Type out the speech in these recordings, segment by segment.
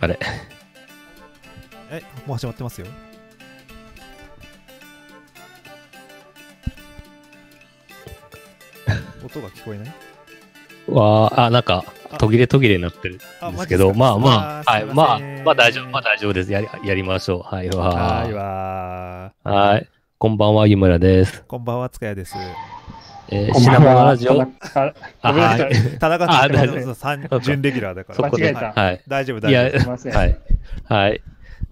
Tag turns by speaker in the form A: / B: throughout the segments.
A: あれ。
B: え、もう始まって ますよ。音が聞こえない
A: わーあ、なんか、
B: あ
A: 途切れ途切れになってる
B: あ
A: んですけど、まあまあ、はい、まあ、まあ大丈夫、まあ
B: だ。
A: 大丈夫です。やり、やりましょう。はい、
B: は
A: わ
B: ーい
A: ー
B: わ
A: はい。こんばんは、ゆむらです
B: ー。。こんばんは、つかやです。
A: えー、
C: こん
A: シナ
C: ばん
A: モン
C: は
A: ラジオ。
C: あ
A: あ、
C: ごめんな
A: は
C: さい
A: い。
B: 田中
A: あ
B: さん
A: 大
C: 丈夫
B: と三
A: そうか
B: 準レギュラーだか
A: そ
B: ら。
A: こ
C: 間
A: で、
C: 違えた
B: はい
A: はい。
B: 大丈夫、
A: い
B: 大
A: や
B: 丈
C: すいません。
A: はい。はい。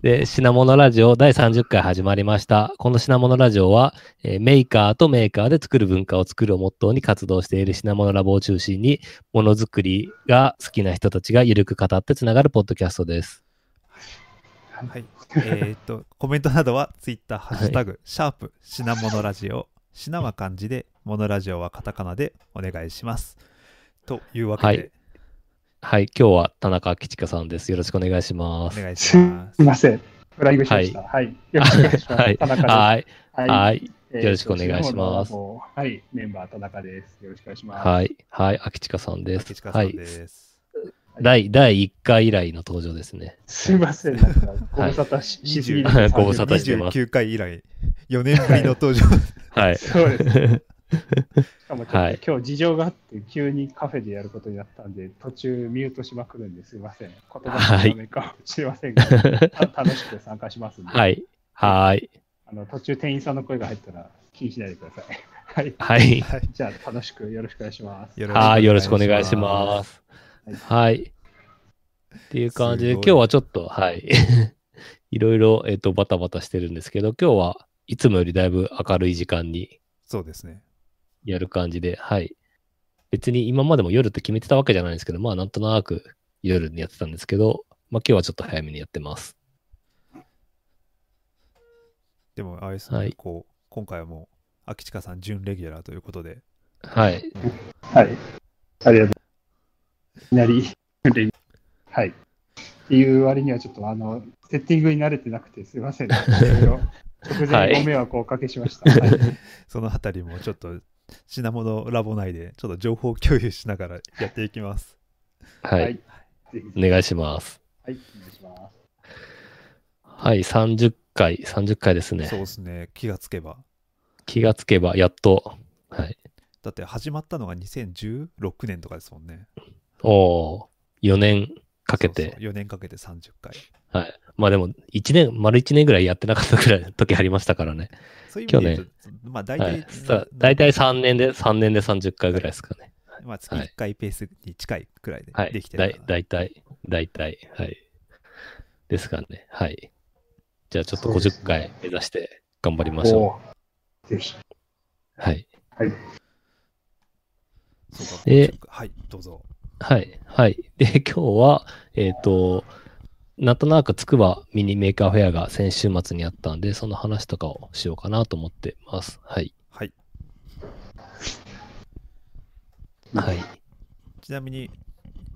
A: で、品物ラジオ第30回始まりました。この品物ラジオは、えーメーカーとメーカーで作る文化を作るをモットーに活動している品物ラボを中心に、ものづくりが好きな人たちがゆるく語ってつながるポッドキャストです。
B: 夫。はい。えーっと、コメントなどは、ツイッター、ハッシュタグ、シャープ、シナモノラジオ。シナは漢字で、モノラジオはカタカナでお願いします。というわけ
A: はい
B: で、
A: はい。今日は田中吉香さんです。よろしくお願いしま
B: お
A: す。
B: 願いし
C: す
B: ま
C: い
B: す。
C: ません。フライングしました。はい。よろしくお願いします。
A: はい
C: 田中です。
A: はい。
C: はい
A: はい。
C: えー
A: よろしくお願いします
C: はい。メンバー田中です。よろしくお願いします。
A: はい。はい。秋近さんです。
B: 近
A: は
B: さん
A: い。
B: です。
A: 第、第1回以来の登場ですね。
C: すいません。なんかご無沙汰し,、
B: はい
C: すぎ
B: 20
C: て
A: ご無沙汰してます
B: 29回以来、4年ぶりの登場。
A: はい。
C: そうです。しかもちょっと、
A: はい
C: 今日事情があって、急にカフェでやることになったんで、途中ミュートしまくるんですいません。言葉のためかもしれませんが、た楽しく参加しますん で、
A: はい。はい。
C: あの途中店員さんの声が入ったら気にしないでください。はい。
A: はい。
C: じゃあ、楽しくよろしくお願いします。
B: よろ。
A: はい、よろしくお願いしますす。はい。っていう感じで、
B: すご
A: 今
B: い
A: 日はちょっと、はい。 いろいろ、えっ、と、バタバタしてるんですけど、今日はいつもよりだいぶ明るい時間に
B: そうですね。
A: やる感じで、はい。別に今までも夜って決めてたわけじゃないんですけど、まあ、なんとなく夜にやってたんですけど、まあ、今日はちょっと早めにやってます。
B: でも、あれですね、
A: はい
B: こう、今回はもう、秋近さん、準レギュラーということで、
A: はい。
C: はい。ありがとう。いきなり、はい。っていう割には、ちょっと、あの、セッティングに慣れてなくて、すいません。いろいろ直前にご迷惑をおかけしました。はい
B: そのあたりもちょっと、品物ラボ内で、ちょっと情報共有しながらやっていきます。
A: はい。
C: はいぜひ
A: お願いします。
C: はい、お願いします。
A: はい、30回、30回です
B: そう
A: ね。
B: ですね、気がつけば。
A: 気がつけば、やっと。はい。
B: だって、始まったのが2016年とかですもんね。
A: おー、4年かけて。
B: 4年かけて30回。
A: はい。まあでも、一年、丸一年ぐらいやってなかったぐらいの時ありましたからね。
B: そういう意味で言う
A: 去
B: と、まあ、大
A: は
B: 体、
A: い。さあ大体3年で、3年で30回ぐらいですかね。
B: まあ、月1回ペースに近いくらいで
A: はい。
B: できて
A: だ
B: る
A: い
B: かな。
A: 大体、大体、はい。ですからね。はい。じゃあちょっと50回目指して頑張りましょ
C: おーぜひ。
A: う。はい。
B: そうか
A: え
B: はい、どうぞ。
A: はい。はい。で、 今日は、えっ、と、なんとなくつくばミニメーカーフェアが先週末にあったんで、その話とかをしようかなと思ってます。はい。
B: はい。
A: はい。
B: ちなみに、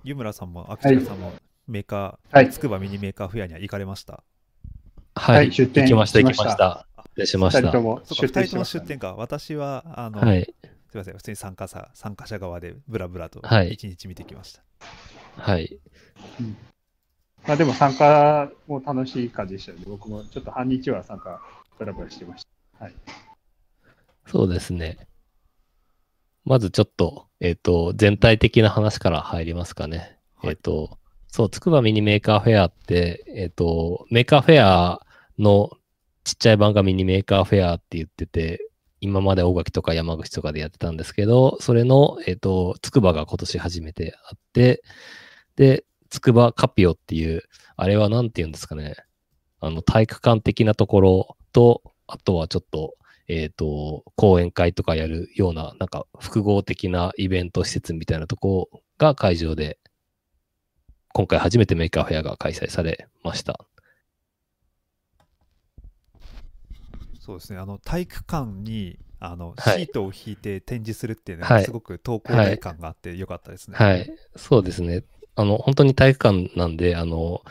B: 湯村さんも秋近さんもメーカ
C: は
B: ー、
C: い
B: つくばミニメーカーフェアには行かれました。
A: はい。
C: はい出店
A: 行きました、
C: し
A: 行
C: ま
A: き
C: した
A: ました。失礼しま
C: 二
A: し
C: 人
A: た
C: と。も
B: そうか、
C: 出
B: 2
C: 店
B: 人
C: し
B: とも
C: ました
B: 出
C: ね。
B: 店か。私は、あの、
A: はい。
B: すみません、普通に参加者、参加者側でブラブラと
A: はい
B: 一日見てきました。
A: はい。
C: まあ、でも参加も楽しい感じでしたね。僕もちょっと半日は参加、ブラブラしてまし
A: そうですね。まずちょっと、えっ、と、全体的な話から入りますかね。
B: はい
A: えっ、と、そう、つくばミニメーカーフェアって、えっ、と、メーカーフェアのちっちゃい版がミニメーカーフェアって言ってて、今まで大垣とか山口とかでやってたんですけど、それの、えっ、と、つくばが今年初めてあって、で、つくばカピオっていう、あれはなんて言うんですかね。あの、体育館的なところと、あとはちょっと、えっ、と、講演会とかやるような、なんか複合的なイベント施設みたいなとこが会場で、今回初めてメーカーフェアが開催されました。
B: そうですね、あの、体育館に、あの、シ
A: はい
B: ートを引いて展示するっていうのが、
A: はい
B: すごく投稿大感があってよかったですね。
A: はい、そうですね。あの、本当に体育館なんで、あの、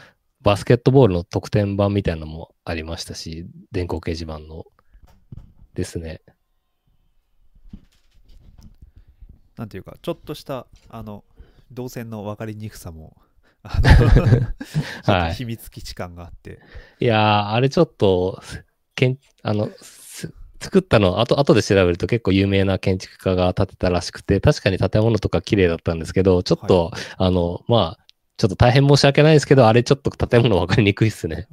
A: バスケットボールの特典版みたいなのもありましたし、電光掲示板のですね。
B: なんていうか、ちょっとした、あの、動線の分かりにくさもあの ちょっ
A: は
B: と
A: い
B: 秘密基地感があって、
A: いやー、あれちょっと、けんあの、す作ったの、あと、後で調べると結構有名な建築家が建てたらしくて、確かに建物とか綺麗だったんですけど、ちょっと、あの、まあ、ちょっと大変申し訳ないですけど、あれちょっと建物分かりにくいっすね。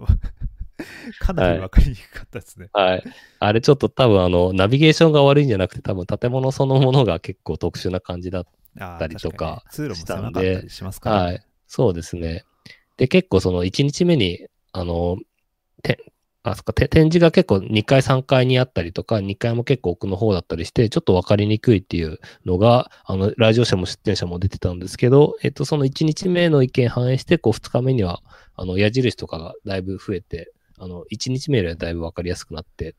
B: かなり分かりにくかったですね。
A: はい。あれちょっと多分あの、ナビゲーションが悪いんじゃなくて、多分建物そのものが結構特殊な感じだっ
B: あー
A: たりとか
B: 確にね通路も
A: した
B: 狭
A: んで
B: かったりしますから、
A: はい。そうですね。で、結構その1日目に、あの、てあそっかて展示が結構2階3階にあったりとか、2階も結構奥の方だったりして、ちょっと分かりにくいっていうのが、あの、来場者も出展者も出てたんですけど、えっと、その1日目の意見反映して、こう2日目には、あの、矢印とかがだいぶ増えて、あの、1日目よりはだいぶ分かりやすくなって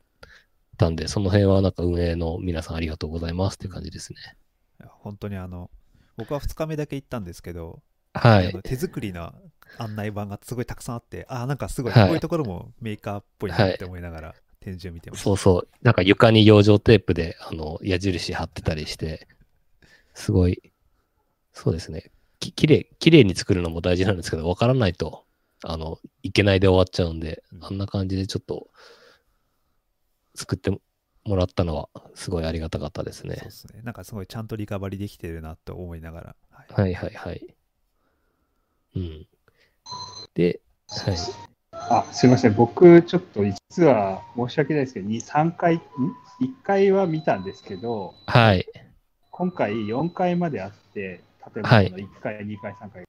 A: たんで、その辺はなんか運営の皆さんありがとうございますっていう感じですね。
B: いや本当にあの僕は2日目だけ行ったんですけど、
A: は
B: あの
A: い。
B: 手作りの案内板がすごいたくさんあってあーなんかすごいこ
A: はいう
B: いうところもメーカーっぽいなって思いながら展示を見てました、
A: そうそう。なんか床に養生テープで、あの、矢印貼ってたりして、すごい、そうですね。き、綺麗綺麗に作るのも大事なんですけど、わからないと、あの、いけないで終わっちゃうんで
B: う、ん
A: あんな感じでちょっと、作ってもらったのは、すごいありがたかったです
B: そう
A: ね
B: で。すねなんかすごいちゃんとリカバリーできてるなと思いながら、はい
A: はいはいはい。うん。で、はい。
C: あ、すいません。僕、ちょっと、実は申し訳ないですけど、2、3回、ん ?1 回は見たんですけど、
A: はい。
C: 今回4回まであって、例えば
A: はい
C: 1回、2回、3回。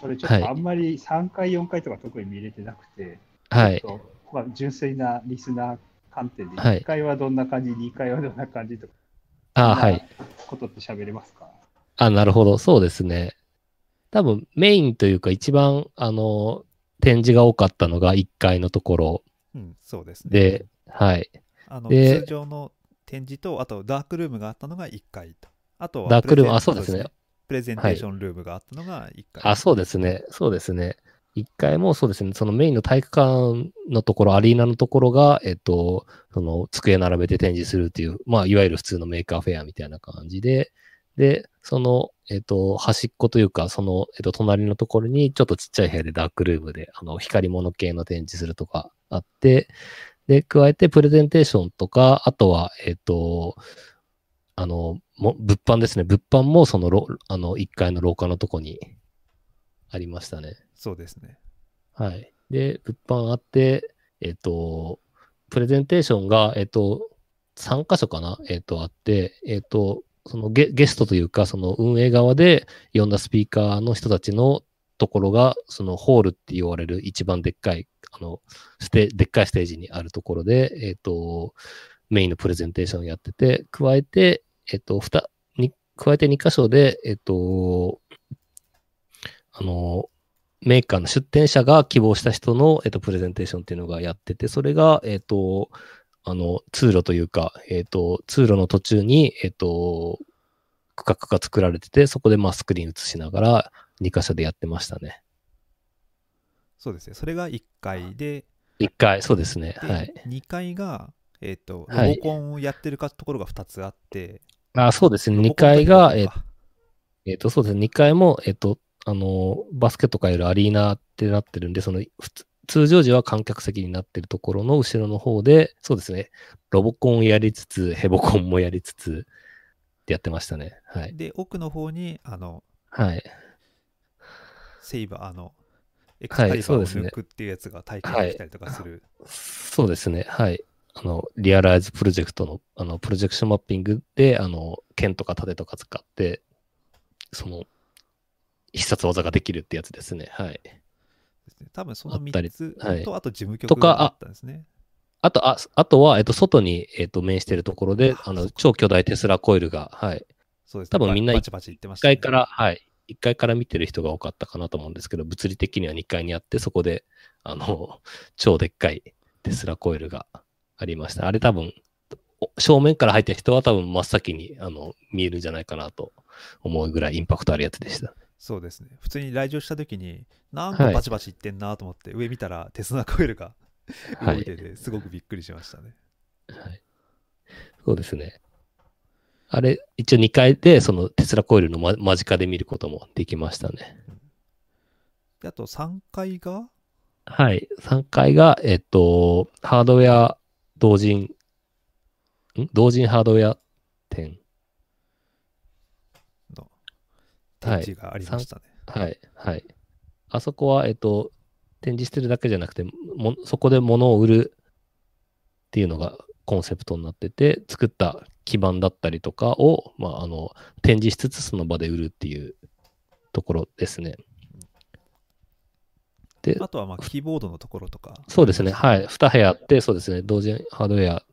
C: それちょ
A: は
C: っ
A: い
C: とあんまり3回、4回とか特に見れてなくて、
A: はい
C: ち。ょっとまあ、純粋なリスナー観点で、
A: はい
C: 1回はどんな感じ、2回はどんな感じとか、
A: あー、
C: そんな
A: はい。
C: ことって喋れますか
A: あ、なるほど。そうですね。多分メインというか一番、あの、展示が多かったのが1階のところ
B: うん、そうですね
A: で、はい。
B: あの
A: で
B: 通常の展示とあとダークルームがあったのが1階とあとは
A: ダークルーム、あ、そ
B: プレ
A: うで
B: ゼン
A: すね。
B: プレゼンテーションルームがあったのが1階、
A: あ、そうですね。そうですね。1階もそうですね。そのメインの体育館のところ、アリーナのところが、えっと、その机並べて展示するっていう、まあ、いわゆる普通のメーカーフェアみたいな感じで、で、その、えっと、端っこというか、その、えっと、隣のところに、ちょっとちっちゃい部屋でダークルームで、あの、光り物系の展示するとかあって、で、加えてプレゼンテーションとか、あとは、えっと、あの、も物販ですね。物販も、その、ろあの、1階の廊下のとこにありましたね。
B: そうですね
A: はい。で、物販あって、えっ、と、プレゼンテーションが、えっ、と、3箇所かなえっ、と、あって、えっ、と、そのゲゲストというか、その運営側で呼んだスピーカーの人たちのところが、そのホールって言われる一番でっかい、あの、ステでっかいステージにあるところで、えっ、と、メインのプレゼンテーションやってて、加えて、えっ、と、ふたに、加えて2箇所で、えっ、と、あの、メーカーの出展者が希望した人の、えっと、プレゼンテーションっていうのがやってて、それが、えっと、あの、通路というか、えっと、通路の途中に、えっと、区画が作られてて、そこでまあスクリーン映しながら2箇所でやってましたね。
B: そうですねそれが1階で
A: 1回、そうですね。
B: で、
A: はい。
B: 2階が、えっとロ
A: はい
B: ボコンをやってるかところが2つあって、
A: あそうですね。
B: ロボ
A: 2
B: コン
A: 回が、えっ
B: とか
A: えっ、と、そうですね。2階も、えっ、と、あの、バスケとかよりアリーナってなってるんで、その、普通通常時は観客席になってるところの後ろの方で、そうですね。ロボコンをやりつつ、ヘボコンもやりつつ、ってやってましたね。はい。
B: で奥の方にあの
A: はい。
B: セイバーあのエクスカリバーを抜くっていうやつが体験できたりとかする、
A: そうですね。はい。あの、リアライズプロジェクトの、あの、プロジェクションマッピングで、あの、剣とか盾とか使って、その、必殺技ができるってやつですね。はい。
B: ですね多分そ
A: あ
B: の
A: ったり
B: 3つと、
A: はい
B: あと事務
A: と
B: 局
A: か
B: が
A: あ
B: あったんですね
A: あと、ああとは、えっと、外に、えっと、面しているところで、
B: あ
A: あ
B: そ
A: の、
B: っか
A: 超巨大テスラコイルが、はい。
B: そうですね
A: 多分みんな
B: バチバチ言ってま
A: 1
B: した、ね、
A: 階から、はい。1階から見てる人が多かったかなと思うんですけど、物理的には2階にあって、そこで、あの、 超でっかいテスラコイルがありました。あれ多分、お正面から入った人は多分真っ先に、あの、見えるんじゃないかなと思うぐらいインパクトあるやつでした。
B: そうですね普通に来場した時になんか
A: はい
B: バチバチ言ってんなと思って、上見たらテスナコイルが
A: は
B: 動
A: い
B: いててすごくびっくりしましたね、
A: はい。そうですね。あれ、一応2階で、そのテスラコイルの間間近で見ることもできましたね。
B: であと3階が
A: はい。3階が、えっと、ハードウェア同人、ん同人ハードウェア店。
B: の
A: はい
B: 展示がありましたね。
A: はい。はい。あそこは、えっと、展示してるだけじゃなくて、もそこで物を売るっていうのがコンセプトになってて、作った基盤だったりとかを、まあ、あの、展示しつつその場で売るっていうところですね。で、
B: あとはまあキーボードのところとか。
A: そうですね。はい。2部屋あって、そうですね。同時ハードウェア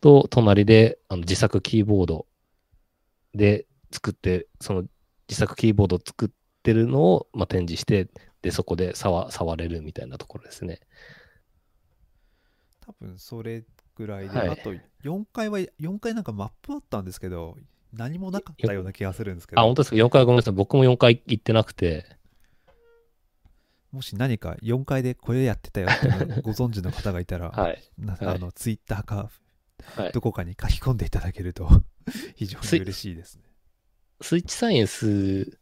A: と隣であの自作キーボードで作って、その自作キーボードを作ってるのを、まあ、展示して、で、そこで触触れるみたいなところですね。
B: 多分それぐらいで、
A: はい
B: あと4階は4階なんかマップあったんですけど何もなかったような気がするんですけ
A: あ、本
B: ど
A: 当ですか ?4 回ごめんなさい。僕も4回行ってなくて。
B: もし何か4階でこれやってたよっていうのをご存知の方がいた ら、
A: はい。
B: な
A: はい
B: あのツイッターか
A: はい
B: どこかに書き込んでいただけると 非常に嬉しいですね。
A: スイッチサイエンス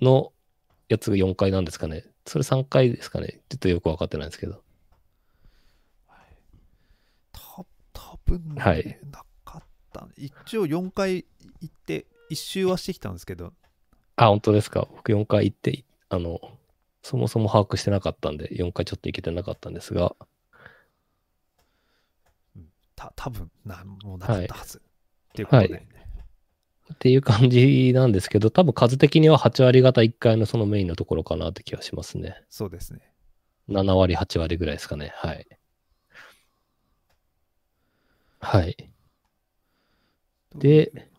A: のやつが4回なんですかね。それ3回ですかね。ちょっとよくわかってないんですけど。
B: た多分、ね
A: はい
B: なかった一応4回行って1周はしてきたんですけど
A: あ、本当ですか。僕4回行って、あの、そもそも把握してなかったんで、4回ちょっと行けてなかったんですが、
B: た多分何もなかったはず。っていうこと
A: は
B: で、
A: いっていう感じなんですけど、多分数的には8割方1回のそのメインのところかなって気がしますね。
B: そうですね。
A: 7割、8割ぐらいですかね。はい。はい。で、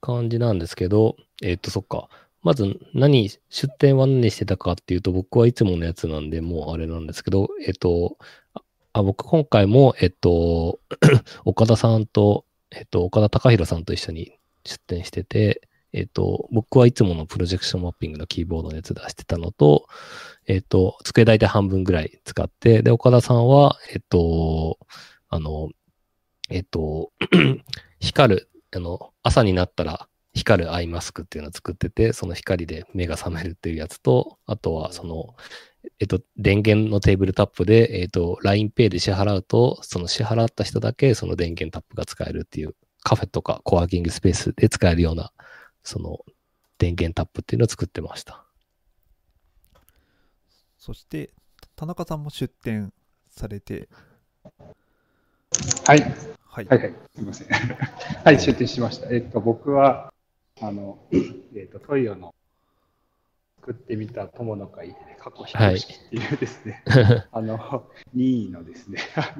A: 感じなんですけど、えっ、と、そっか。まず何、出店は何してたかっていうと、僕はいつものやつなんで、もうあれなんですけど、えっ、と、あ、僕今回も、えっ、と、 岡田さんと、えっ、と、岡田隆弘さんと一緒に出店してて、えっ、と、僕はいつものプロジェクションマッピングのキーボードのやつ出してたのと、えっ、と、机大体半分ぐらい使って、で、岡田さんは、えっ、と、あの、えっ、と、 光る、あの、朝になったら光るアイマスクっていうのを作ってて、その光で目が覚めるっていうやつと、あとはその、えっと、電源のテーブルタップで、えっと、LINEPay で支払うと、その支払った人だけその電源タップが使えるっていう、カフェとかコワーキングスペースで使えるような、その電源タップっていうのを作ってました。
B: そして田中さんも出展されて、
C: はい。
B: はい。
C: はいはい、すみません。 はい、出店しました。えっと、僕は、あの、えっと、トイオの作ってみた友の会、過去非公式っていうですね、あの、任意のですね、 あ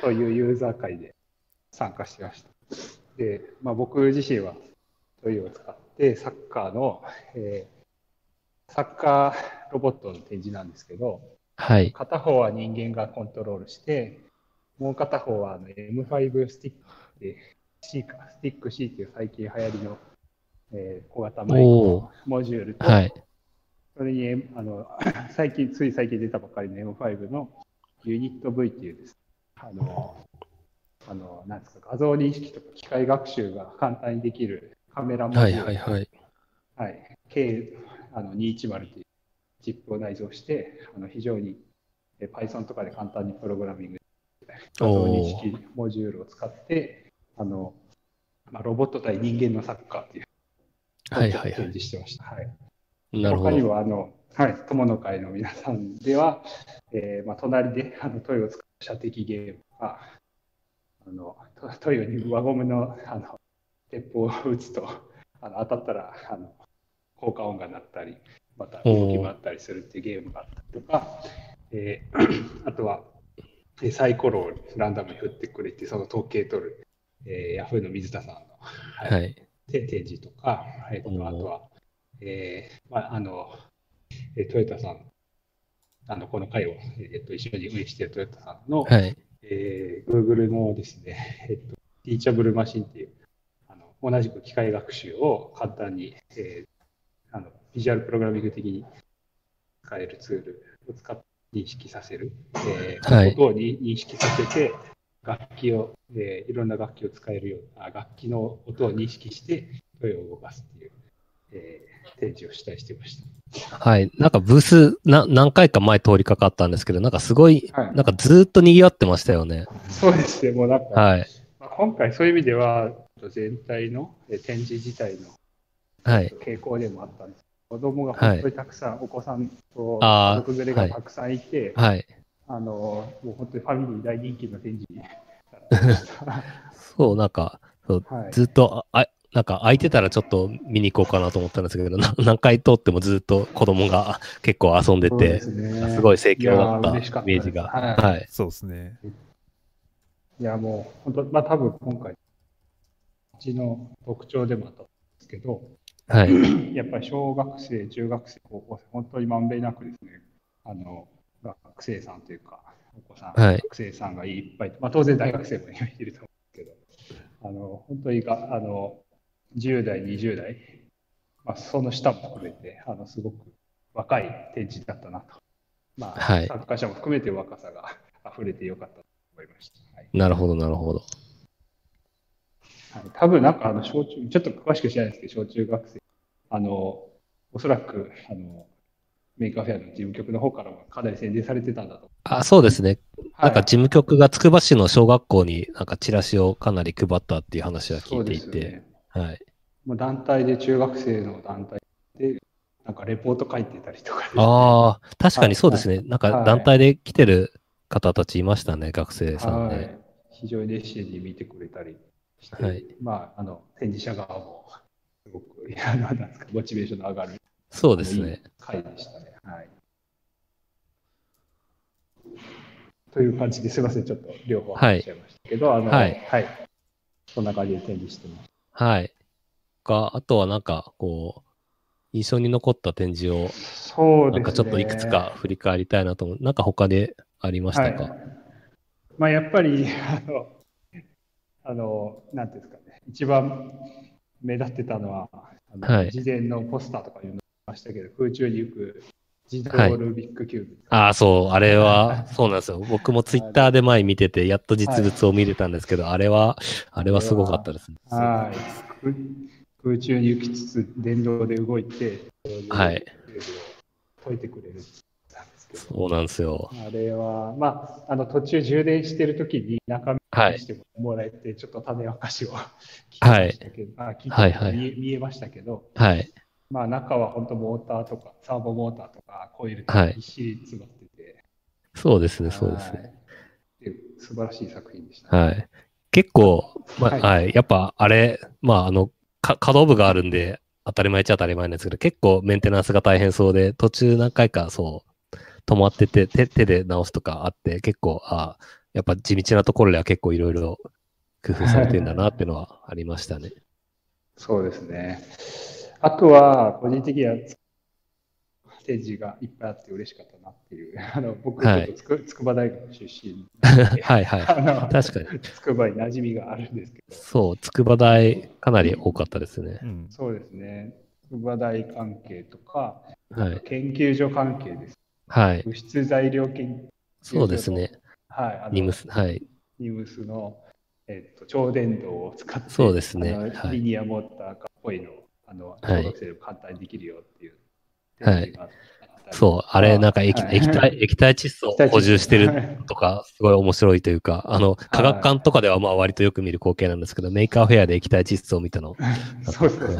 C: の、というユーザー会で参加してました。で、まあ、僕自身はトイオを使って、サッカーの、えーサッカーロボットの展示なんですけど、
A: はい。
C: 片方は人間がコントロールして、もう片方はあの M5 スティックで C か、スティック C っていう最近流行りの、えー小型マイク
A: おー
C: のモジュールと、
A: はい。
C: それに、M- あの 最近、つい最近出たばかりの M5 のユニット V っていうです、あの、あのなんですか、画像認識とか機械学習が簡単にできるカメラモジュー
A: は
C: ル
A: いはいはい。
C: はい、K あの210というチップを内蔵して、あの非常にえ Python とかで簡単にプログラミング、画像認
A: おー
C: 識モジュールを使って、あのまあ、ロボット対人間のサッカーっていう
A: はいはい
C: 展
A: はい。
C: 示してました。はい
A: なるほ
C: 他に
A: ど。
C: もあの、はい、友の会の皆さんでは、えーまあ、隣であのトイを使った射的ゲームとか、あのトトイに輪ゴムのあの鉄砲を撃つとあの当たったらあの効果音が鳴ったり、また動きがあったりするっていうゲームがあったりとか、えー あとはえーサイコロをランダムに振ってくれて、その統計取る、えー、ヤフーの水田さんの
A: はい。
C: で展示とか、えっと
A: おー
C: あとは、えーまあ、あの、えートヨタさん、あのこの会を、えっと一緒に運営しているトヨタさんの、
A: はい。
C: えー Google のですね、 えっとティーチャブルマシンっていう、あの同じく機械学習を簡単に、えーあのビジュアルプログラミング的に使えるツールを使って認識させる、えー
A: はい
C: ことをに認識させて、楽器を、えーいろんな楽器を使えるような、あ楽器の音を認識して、声を動かすっていう、えー提示をしたりしてました。
A: はい。なんかブースな、何回か前通りかかったんですけど、なんかすごい、
C: はい
A: なんかずーっと賑わってましたよね。
C: そうですね、もうなんか、
A: はい。
C: まあ、今回そういう意味では、全体のえ展示自体の
A: はい。
C: 傾向でもあったんです。子供が本当にたくさん、お子さんと
A: あー
C: 家族連れがたくさんいて、
A: はい。
C: あの、もう本当にファミリー大人気の展示に。
A: そう、なんか、そう
C: はい
A: ずーっと、あ、あなんか空いてたらちょっと見に行こうかなと思ったんですけど、な何回通ってもずーっと子供が 結構遊んで
C: そう
A: て、,、
C: ですね
A: ごい盛況だったイ
C: いやー嬉しかった
A: メ
C: で
A: ー
C: す
A: ジが。
C: はい
A: はい。
B: そうですね。
C: いや、もう、本当、まあ、多分今回、うちの特徴でもあったんですけど、
A: はい。
C: やっぱり小学生、中学生、高校生、本当にまんべんなくですね、あの、学生さんというか、お子さん、
A: はい
C: 学生さんがいっぱい、まあ、当然大学生もいると思うんですけど、あの、本当にが、あの、10代、20代、まあ、その下も含めて、あの、すごく若い展示だったなと。まあ、
A: はい
C: 参加者も含めて若さが溢れてよかったと思いました。はい
A: なるほど、なるほど。
C: はい、多分なんかあの小中、ちょっと詳しく知らないですけど、小中学生、あのおそらくあのメーカーフェアの事務局の方からもかなり宣伝されてたんだと。
A: あ、そうですね。
C: は
A: な
C: い
A: んか事務局がつくば市の小学校になんかチラシをかなり配ったっていう話は聞いてい
C: そうですよ
A: て、
C: ね
A: はい。
C: もう団体で、中学生の団体で、なんかレポート書いてたりとか、
A: ああ、確かにそうですね。なんか
C: はい
A: 団体で来てる方たちいましたね、学生さん
C: は
A: ね。
C: い、非常に熱心に見てくれたりして、
A: はい
C: まあ、あの展示者側も、すごく、いやなんですか、モチベーションの上がる
A: そうですね。
C: 回でしたね。はい。という感じですいません、ちょっと両方話しちゃいましたけど、あの、
A: は
C: はいい。そんな感じで展示してます。
A: はい。か、あとはなんかこう、印象に残った展示を、
C: そう
A: なんかちょっといくつか振り返りたいなと思う。なんか他でありましたか、
C: はい、まあ、やっぱり、あの、あの、なんていうんですかね、一番目立ってたのは、あの
A: はい
C: 事前のポスターとかいうのありましたけど、空中に浮く自動
A: はい
C: ルービックキューブ。
A: ああ、そう、あれは、そうなんですよ。僕もツイッターで前見てて、やっと実物を見れたんですけど、あれは、あれはすごかったですね。
C: はい、空空中に浮きつつ電動で動いて、
A: はい。
C: 解いてくれるんですけど、
A: そうなんですよ。
C: あれは、まあ、あの途中充電してる時に中
A: は
C: 身に
A: い。
C: してもらえて、ちょっと種明かしを聞き
A: はい
C: ましたけど、あ聞いて
A: はいはい
C: 見え見えましたけど、
A: はい。
C: まあ、中は本当モーターとかサーボモーターとかコイルと
A: は
C: か
A: い
C: ぎっしり詰まってて、
A: そうですね、そうですね。
C: はいで素晴らしい作品でした。
A: はい。結構、まあ、
C: はい
A: はい。やっぱ、あれ、まあ、あの、か可動部があるんで、当たり前っちゃ当たり前なんですけど、結構メンテナンスが大変そうで、途中何回かそう、止まってて、手手で直すとかあって、結構、ああやっぱ地道なところでは結構いろいろ工夫されてるんだなっていうのはありましたね。
C: そうですね。あとは、個人的には、展示がいっぱいあって嬉しかったなっていう、 あの僕、ちょ
A: は
C: っ
A: い
C: とつく筑波大学 出身
A: はいはい。
C: あの
A: 確かに。
C: 筑波に馴染みがあるんですけど、
A: そう、筑波大、かなり多かったですね。
B: うん。
C: そうですね、筑波大関係とか、
A: はい。
C: 研究所関係です。
A: はい。
C: 物質材料研
A: そうですね。
C: はい、あ
A: ニム
C: の
A: ス、はい。
C: ニムスの、えっと超電導を使って、
A: そうですね
C: あの
A: はい
C: リニアモーターかっこいいの、あの、
A: はい
C: 小学生でも簡単にできるよっていう
A: はい
C: 展示があったり
A: そう、あれ、なんか液
C: はい
A: 液体、液体窒素を補充してるとか、すごい面白いというか、あの、科学館とかではまあ割とよく見る光景なんですけど、メーカーフェアで液体窒素を見たの、
C: そうそうそう。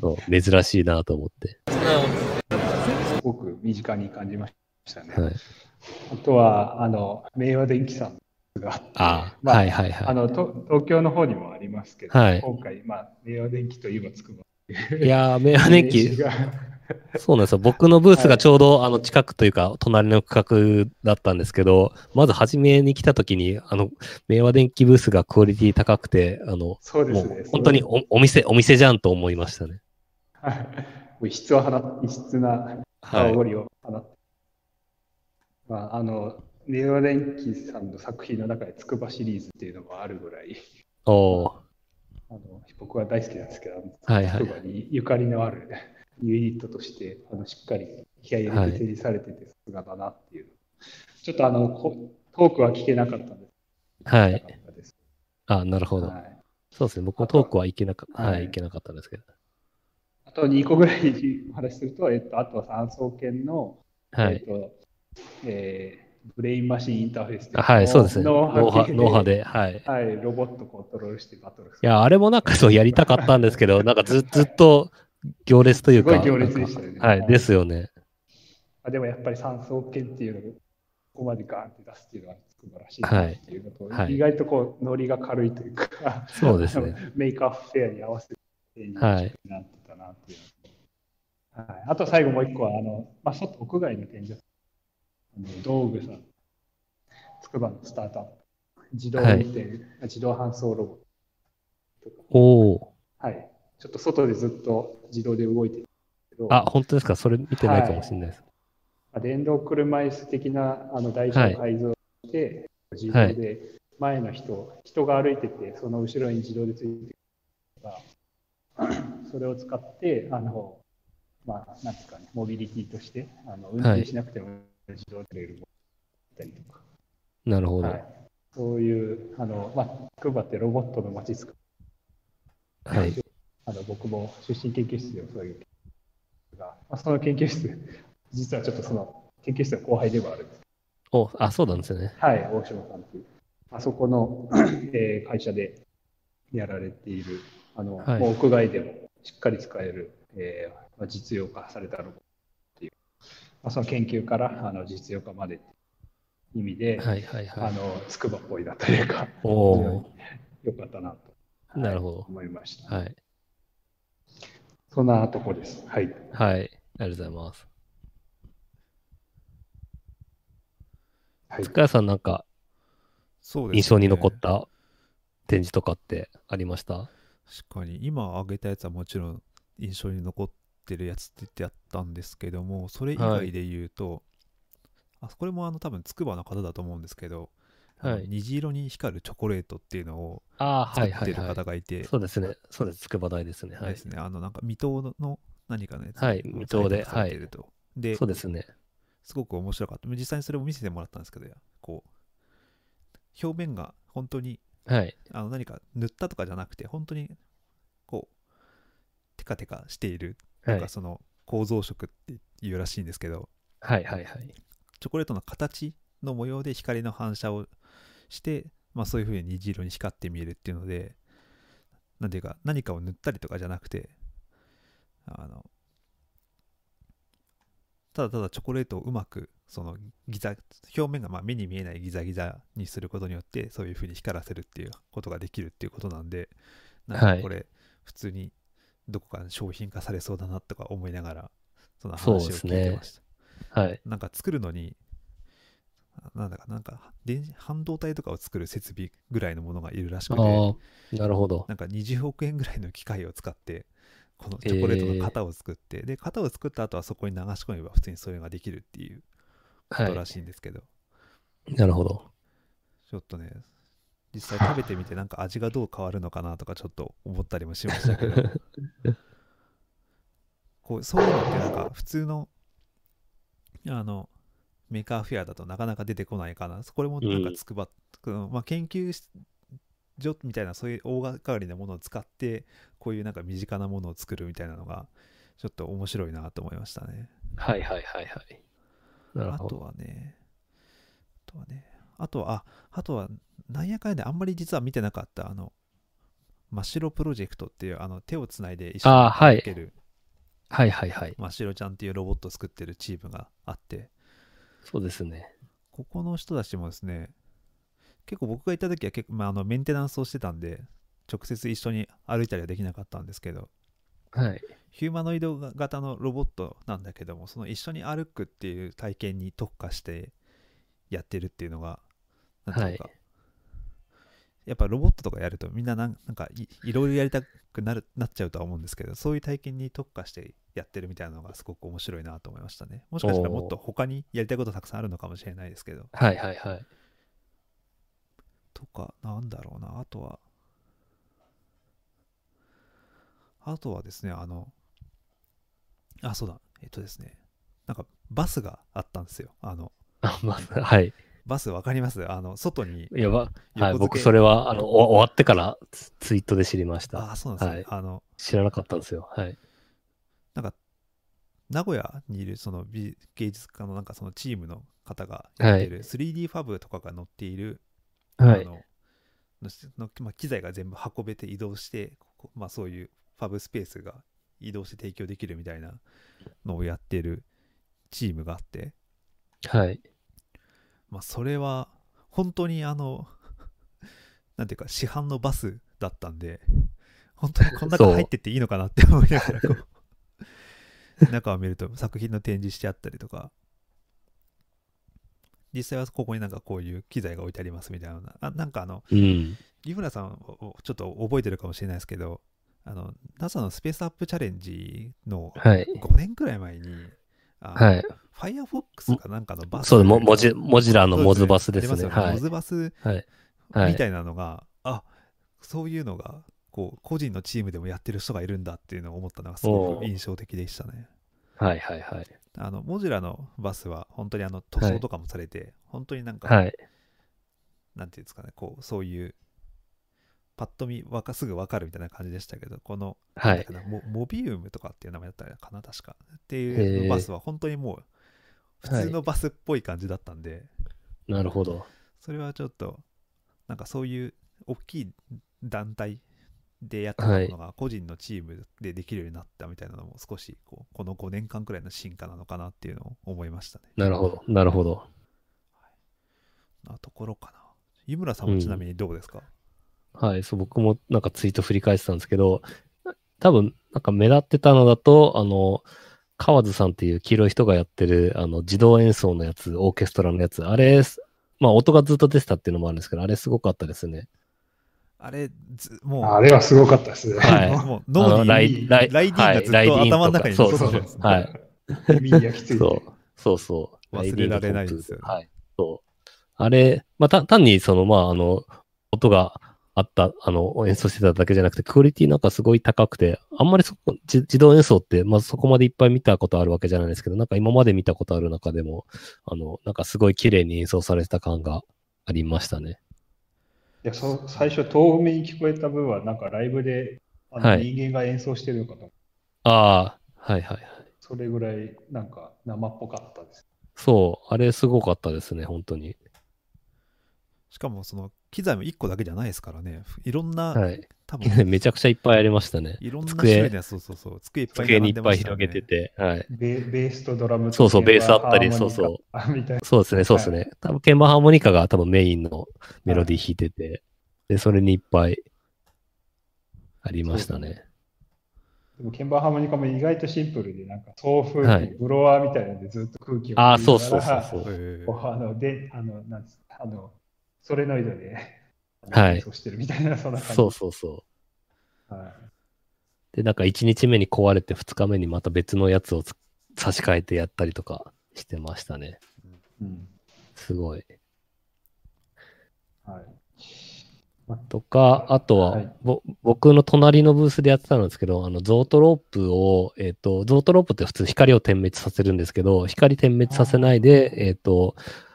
A: そう珍しいなと思って。
C: すごく身近に感じましたね。
A: はい、
C: あとは、あの、明和電機さんがあって、
A: ああ、
C: まあ
A: はいはい
C: あ
A: は
C: のと東京の方にもありますけど、
A: はい
C: 今回、まあ、明和電機といえばつくば。
A: い。いやー、メアネキ、
C: が
A: そうなんですよ。僕のブースがちょうど、あの近くというか、隣の区画だったんですけど、まず初めに来た時に、あの、明和電機ブースがクオリティ高くて、あの、
C: そうで
A: も
C: すね
A: う。本当 におお店、お店じゃんと思いましたね。
C: はいもう異質を放っ異質な
A: は
C: 香
A: い。
C: りを放って、まあ、あの、明和電機さんの作品の中でつくばシリーズっていうのもあるぐらい、
A: おー
C: あの僕は大好きなんですけど、
A: はいはい
C: 筑波にゆかりのあるユニットとして、あのしっかり気合い入れて整理されてて、さすがだなっていう。ちょっとあのこトークは聞けなかったんです。
A: はい
C: なかったです
A: あ、なるほど。
C: はい
A: そうですね。僕もトークはいけなか,、
C: あとは
A: はい
C: はい
A: い、いけなかったんですけど。
C: ああと2個ぐらいお話しすると、えっと、あとは三層圏の、
A: は
C: えっ
A: い。
C: とえーブレインマシンインターフェースっていのを
A: はい、そうですね。
C: 脳
A: 脳
C: 波
A: 波
C: 系
A: 脳波で。はい。い
C: はい、ロボットコントロールしてバトルする。
A: や、あれもなんかそうやりたかったんですけど、なんかずずっと行列というか。
C: すごい行列でしたよね
A: なんかはい、ですよね。
C: あでもやっぱり三層圏っていうのをここまでガーンって出すっていうのはつくばらしいなっていうのと、
A: はいはい
C: 意外とこうノリが軽いというか、
A: そうですね
C: メイクアップフェアに合わせてにな
A: は
C: って
A: い
C: たなっていうのと、はいあと最後もう一個はあの、まあ、外屋外の展示あの道具さんつくばのスタートアップ自動運転、自動搬送ロボッ
A: おお。
C: ト、はい、ちょっと外でずっと自動で動いてるんですけど
A: あ、本当ですかそれ見てないかもしれないです。
C: まあ電動車椅子的なあの台車を改造して、自
A: は
C: 動
A: い
C: で前の人、人が歩いてて、その後ろに自動でついてくるのが、 それを使って、あの、まあ、なんですかね、モビリティとして、あの運転しなくても自動で乗れるものだったりとか、
A: なるほど。
C: は
A: はいい。、
C: そういう、あの、まあ、クーバってロボットの街ですかあの僕も出身研究室でもそういう研究が、まあ、その研究室、実はちょっとその研究室の後輩でもあるんです
A: お、あ、そうなんですね。
C: はい、大島さんという、あそこの、 えー会社でやられている、あの
A: はい
C: もう屋外でもしっかり使える、えーまあ、実用化されたロボットっていう、まあ、その研究からあの実用化までっていう意味で、
A: はいはい
C: あ
A: はい。
C: のつくばっぽいだというか、
A: おお
C: よかったなと、
A: ー。なるほ
C: 思いました。
A: ど。はい。
C: そんなとこです。はい。
A: はい。ありがとうございます。
C: はい
A: 塚谷さんなんか
B: そうですね
A: 印象に残った展示とかってありました
B: 確かに今挙げたやつはもちろん印象に残ってるやつって言ってやったんですけどもそれ以外で言うと、あこれもあの多分つくばの方だと思うんですけど、あの
A: はい
B: 虹色に光るチョコレートっていうのを
A: ああ、
B: 作
A: はい
B: っ
A: は
B: て
A: い
B: る
A: は
B: 方がいて、
A: い。そうですね。そうです。筑波大ですね。は
B: で
A: い
B: す。ねあのなんか未踏のの何かのやつ
A: はい未踏で
B: 採択されてると、で
A: そうですね。
B: すごく面白かった実際にそれを見せてもらったんですけどこう表面が本当に
A: はい。
B: あの何か塗ったとかじゃなくて本当にこうテカテカしている
A: は
B: なん
A: い
B: か。その構造色っていうらしいんですけど
A: はいはいはい。
B: チョコレートの形の模様で光の反射をして、まあ、そういう風に虹色に光って見えるっていうので何ていうか何かを塗ったりとかじゃなくてあのただただチョコレートをうまくそのギザ表面がまあ目に見えないギザギザにすることによってそういう風に光らせるっていうことができるっていうことなんでなん
A: は
B: か
A: い
B: これ普通にどこかに商品化されそうだなとか思いながらその
A: そう
B: 話を
A: です
B: 聞い
A: ね
B: てました。
A: はい。
B: なんか作るのに、なんだか、なんか電子、半導体とかを作る設備ぐらいのものがいるらし
A: あ
B: くて、
A: あ、なるほど。
B: なんか20億円ぐらいの機械を使って、このチョコレートの型を作って、で、型を作った後はそこに流し込めば普通にそれができるっていうこ
A: は
B: とら
A: い。
B: しいんですけど、
A: なる ほど。
B: ちょっとね、実際食べてみてなんか味がどう変わるのかなとかちょっと思ったりもしましたけどこうそういうのってなんか普通のあのメーカーフェアだとなかなか出てこないかなこれもなんか
A: うん
B: つくば、このまあ、研究所みたいなそういう大掛かりなものを使ってこういうなんか身近なものを作るみたいなのがちょっと面白いなと思いましたね。
A: はいはいはいはい。なる
B: あ
A: ほ
B: と
A: ど。
B: はね、あとはね、あとは、ああとは、なんやかんやであんまり実は見てなかった、あの、真っ白プロジェクトっていう、あの、手をつないで一緒に
A: あーはい
B: 動ける、
A: はいはいはい。
B: 真っ白ちゃんっていうロボットを作ってるチームがあって、
A: そうですね。
B: ここの人たちもですね、結構僕が行った時は結構、まあ、あのメンテナンスをしてたんで、直接一緒に歩いたりはできなかったんですけど、
A: はい。
B: ヒューマノイド型のロボットなんだけどもその一緒に歩くっていう体験に特化してやってるっていうのがなんていうか、
A: は
B: やっぱロボットとかやるとみんななんなんかいいろいろやりたくなるなっちゃうとは思うんですけどそういう体験に特化してやってるみたいなのがすごく面白いなと思いましたねもしかしたらもっと他にやりたいことたくさんあるのかもしれないですけど
A: はいはいはい。
B: とか、なんだろうな、あとは、あとはですね、あの、あ、そうだ、えっとですね、なんかバスがあったんですよ。あの、
A: あまあ、はい。
B: バスわかりますあの、外に、
A: やば。はい。
B: 横付
A: 僕、
B: け
A: それは、あの、お終わってからツツイートで知りました。
B: あ、そうなんですね。
A: はい
B: あの、
A: 知らなかったんですよ。はい。
B: なんか、名古屋にいるその美芸術家のなんかそのチームの方が
A: はい
B: やってる 3D ファブとかが載っている、
A: はい
B: あ。ののしのまあ、機材が全部運べて移動して、ここまあ、そういうファブスペースが移動して提供できるみたいなのをやってるチームがあって、
A: はい。
B: まあ、それは本当にあの なんていうか市販のバスだったんで本当にこんな
A: そう
B: 入ってっていいのかなって思いながらこう 中を見ると作品の展示してあったりとか実際はここになんかこういう機材が置いてありますみたいなあなんかあの
A: うん。
B: 井村さんをちょっと覚えてるかもしれないですけどあの NASA のスペースアップチャレンジの
A: はい。
B: 5年くらい前に、あの
A: はい。
B: Firefox かなんかのバス
A: そうでも、モジ、モジラのモズバスです
B: そう
A: ね。
B: よ
A: は
B: モ
A: い。
B: ズバス
A: はい。はい
B: みたいなのが、あそういうのがこう個人のチームでもやってる人がいるんだっていうのを思ったのがすご
A: お
B: く
A: ー
B: 印象的でしたね。
A: はいはいはい。
B: あのモジュラのバスは本当にあの塗装とかもされて、本当になんか、
A: はい。
B: なんていうんですかねこうそういうパッと見わかすぐわかるみたいな感じでしたけどこの
A: は
B: なん
A: い
B: だ。かなモモビウムとかっていう名前だったかな確かっていう
A: へー
B: バスは本当にもう普通のバスっぽい感じだったんで、
A: なるほど。
B: それはちょっとなんかそういう大きい団体でやってたものが個人のチームでできるようになったみたいなのも少しこうこの5年間くらいの進化なのかなっていうのを思いましたね。
A: なるほど。なるほど。
B: なところかな。湯村さんはちなみにどうですか、
A: はい、そう、僕もなんかツイート振り返ってたんですけど、多分、なんか目立ってたのだと、あの、河津さんっていう黄色い人がやってる、あの、自動演奏のやつ、オーケストラのやつ、あれ、まあ、音がずっと出てたっていうのもあるんですけど、あれすごかったですね。
B: あれずもう
C: あれはすごかったですね。
A: はい
B: もう脳
A: あの
B: に
A: ラ
B: ライ
A: イライ
B: ディーンがずっと
A: はいライディーン
B: 頭の中に
A: とか
B: 残
A: そ
B: っ
A: う
B: て
A: そ
B: る
A: うはい。
C: 耳に焼き付いて。
A: そうそうそう。
B: 忘れられないですよね
A: LED のコンプはい。そう。あれ、まあ、た単にその、まあ、あの、音があった、あの、演奏してただけじゃなくて、クオリティなんかすごい高くて、あんまりそこ、じ自動演奏って、まあ、そこまでいっぱい見たことあるわけじゃないですけど、なんか今まで見たことある中でも、あの、なんかすごい綺麗に演奏されてた感がありましたね。
C: いやそう最初、遠目に聞こえた分は、なんかライブであ
A: は
C: の
A: い
C: 人間が演奏してるのかと思う、
A: ああ、はいはいはい。
C: それぐらい、なんか生っぽかったです。
A: そう、あれすごかったですね、本当に。
B: しかもその機材も1個だけじゃないですからね。いろんな、
A: はい。
B: 多分
A: めちゃくちゃいっぱいありましたね。
B: いろんな
A: 机
B: 種類のやつそうそうそう机いっぱい
A: 机
B: 並
A: に
B: ん
A: い
B: で
A: っ
B: ま
A: ぱい
B: したよ
A: 広
B: ね
A: げてて、はい。
C: ベベースとドラムと
A: そうそう
C: 鍵盤
A: ベースあったり
C: ハーモニカ
A: そうそう
C: あみたいな。
A: そうですね、そうですね。多分、鍵盤ハーモニカが多分メインのメロディー弾いてて、で、それにいっぱいありましたね。
C: でも鍵盤ハーモニカも意外とシンプルで、なんか送風機、
A: はい
C: ブロワーみたいなのでずっと空気を
A: ああ、
C: 送
A: そう
C: りな
A: そ
C: が
A: うそう
C: ら
A: そう。
B: え
C: こうあので、あの、なんですあの、ソレノイドで
A: はい
C: 演奏してるみたいな、そんな感じ。
A: そうそうそう。
C: はい
A: で、なんか1日目に壊れて2日目にまた別のやつをつ差し替えてやったりとかしてましたね。
C: うん
A: すごい。
C: はい
A: とか、あとは、
C: はい
A: ぼ僕の隣のブースでやってたんですけど、あの、ゾートロープを、えっ、と、ゾートロープって普通光を点滅させるんですけど、光点滅させないで、えっ、と、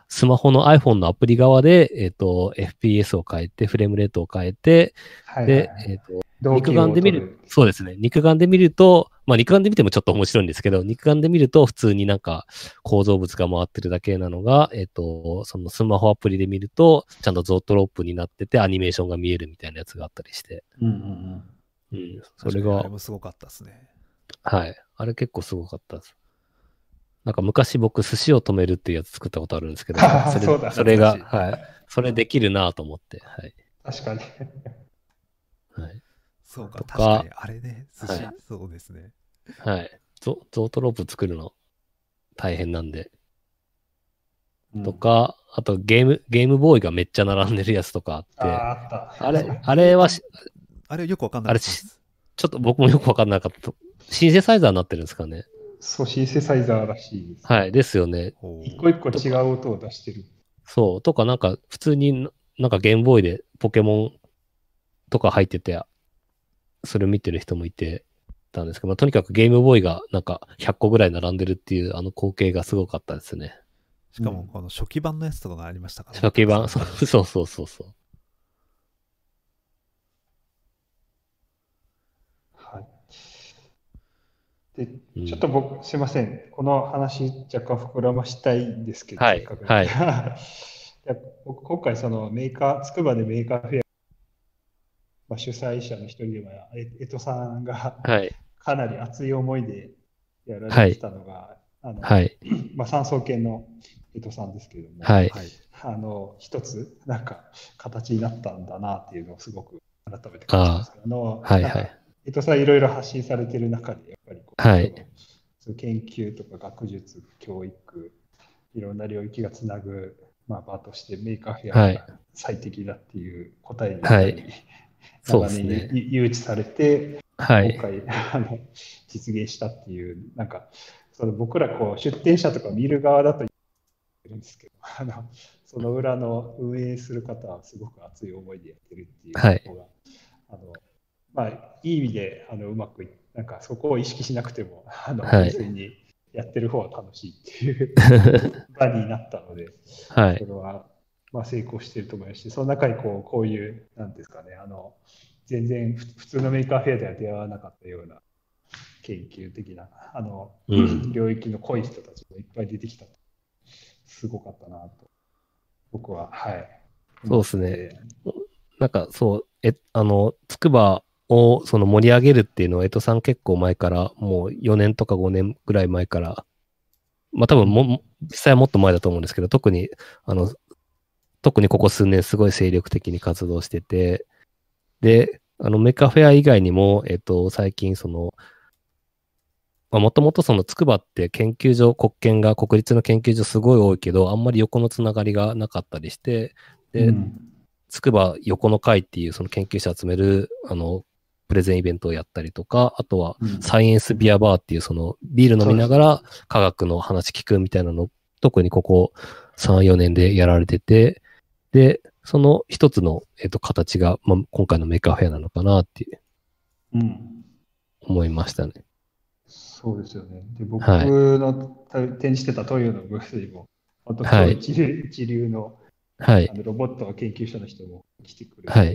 A: スマホの iPhone のアプリ側で、えっ、と、FPS を変えて、フレームレートを変えて、
C: はいはい
A: で
C: は、い
A: えっ、と、
C: 同期
A: 肉
C: を
A: 眼で見
C: 取
A: る、そうですね。肉眼で見ると、まあ肉眼で見てもちょっと面白いんですけど、肉眼で見ると普通になんか構造物が回ってるだけなのが、えっ、と、そのスマホアプリで見ると、ちゃんとゾートロープになっててアニメーションが見えるみたいなやつがあったりして、
C: うんうん
A: うん、そ
B: 確か
A: れ
B: にあ
A: が
B: れ、もすごかったですね。
A: はい。あれ結構すごかったです。なんか昔僕、寿司を止めるっていうやつ作ったことあるんですけど、
C: あー
A: それ
C: そうだ
A: それが、
B: 懐かしい
A: はい。それできるなぁと思って、はい。
C: うん。確かに。
A: はい
B: そうか、
A: と
B: 確
A: か
B: かにあれね、寿司、
A: は
B: そうですね。
A: はい。ゾゾートロープ作るの大変なんで。
C: うん
A: とか、あとゲーム、ゲームボーイがめっちゃ並んでるやつとか
C: あ
A: あって、
C: ああった。
A: あれ、あれはし
B: あれよくわかんないです。
A: ちょっと僕もよくわかんなかった。シンセサイザーになってるんですかね。
C: そう、シンセサイザーらしいです。
A: はい。ですよね。
B: ほう
C: 一個一個違う音を出してる。
A: そう。とか、なんか、普通にな、なんかゲームボーイでポケモンとか入ってて、それを見てる人もいてたんですけど、まあ、とにかくゲームボーイがなんか100個ぐらい並んでるっていうあの光景がすごかったですね。
B: しかも、この初期版のやつとかがありましたから、
A: 初期版、 そうそうそうそうそう。
C: はい。でちょっと僕、すいません。この話、若干膨らましたいんですけど、
A: はい
C: せっかく
A: はい
C: い や僕今回、そのメーカー、つくばでメーカーフェア、まあ、主催者の一人では、え江戸さんが
A: はい。
C: かなり熱い思いでやられてきたのが、あの
A: はい。
C: まあ、三層系の江戸さんですけども、
A: はい。
B: はい。
C: あの一つなんか形になったんだなっていうのをすごく改めて感じます。あの
A: はい。
C: なん
A: は
C: か
A: い。
C: 伊藤さんいろいろ発信されてる中でやっぱりこう、
A: はい
C: その研究とか学術教育いろんな領域がつなぐ、まあ、場としてメーカーフェ
A: は
C: ア
A: い
C: が最適だっていう答えに、
A: はい
C: やっぱり
A: そうです
C: 長
A: ね
C: 年。ゆ誘致されて、
A: は
C: 今
A: い。
C: 回あの実現したっていうなんかその僕らこう出展者とか見る側だと言ってるんですけどあのその裏の運営する方はすごく熱い思いでやってるっていうとこ
A: はい
C: ろが、あのまあ、いい意味であのうまくいなんかそこを意識しなくてもあの、
A: はい
C: 普通にやってる方は楽しいっていう場になったので。
A: はい
C: そ。れは、まあ、成功していると思いますし、その中にこうこういう、なんですかね、あの全然ふ普通のメーカーフェアでは出会わなかったような研究的なあの、
A: うん
C: 領域の濃い人たちがいっぱい出てきた、すごかったなと、僕は、はい。
A: そうですねなんかそう、え、あの、つくばをその盛り上げるっていうのは、江戸さん結構前から、もう4年とか5年ぐらい前から、まあ多分も、実際はもっと前だと思うんですけど、特に、あの、特にここ数年すごい精力的に活動してて、で、あの、メカフェア以外にも、えっと、最近その、まあ、もともとその筑波って研究所、国権が国立の研究所すごい多いけど、あんまり横のつながりがなかったりして、で、
C: うん
A: つくば横の会っていうその研究者集めるあのプレゼンイベントをやったりとか、あとは
C: うん
A: サイエンスビアバーっていうそのビール飲みながら科学の話聞くみたいなの、特にここ3、4年でやられてて、で、その一つの、えっと、形が、まあ、今回のメーカーフェアなのかなって
C: うん
A: 思いましたね。
C: そうですよね。で、僕
A: はい
C: のた展示してたトヨのブースにも、本当
A: はい
C: 一流一流の
A: はい
C: あ。のロボットの研究者の人も来てくれて、
A: はい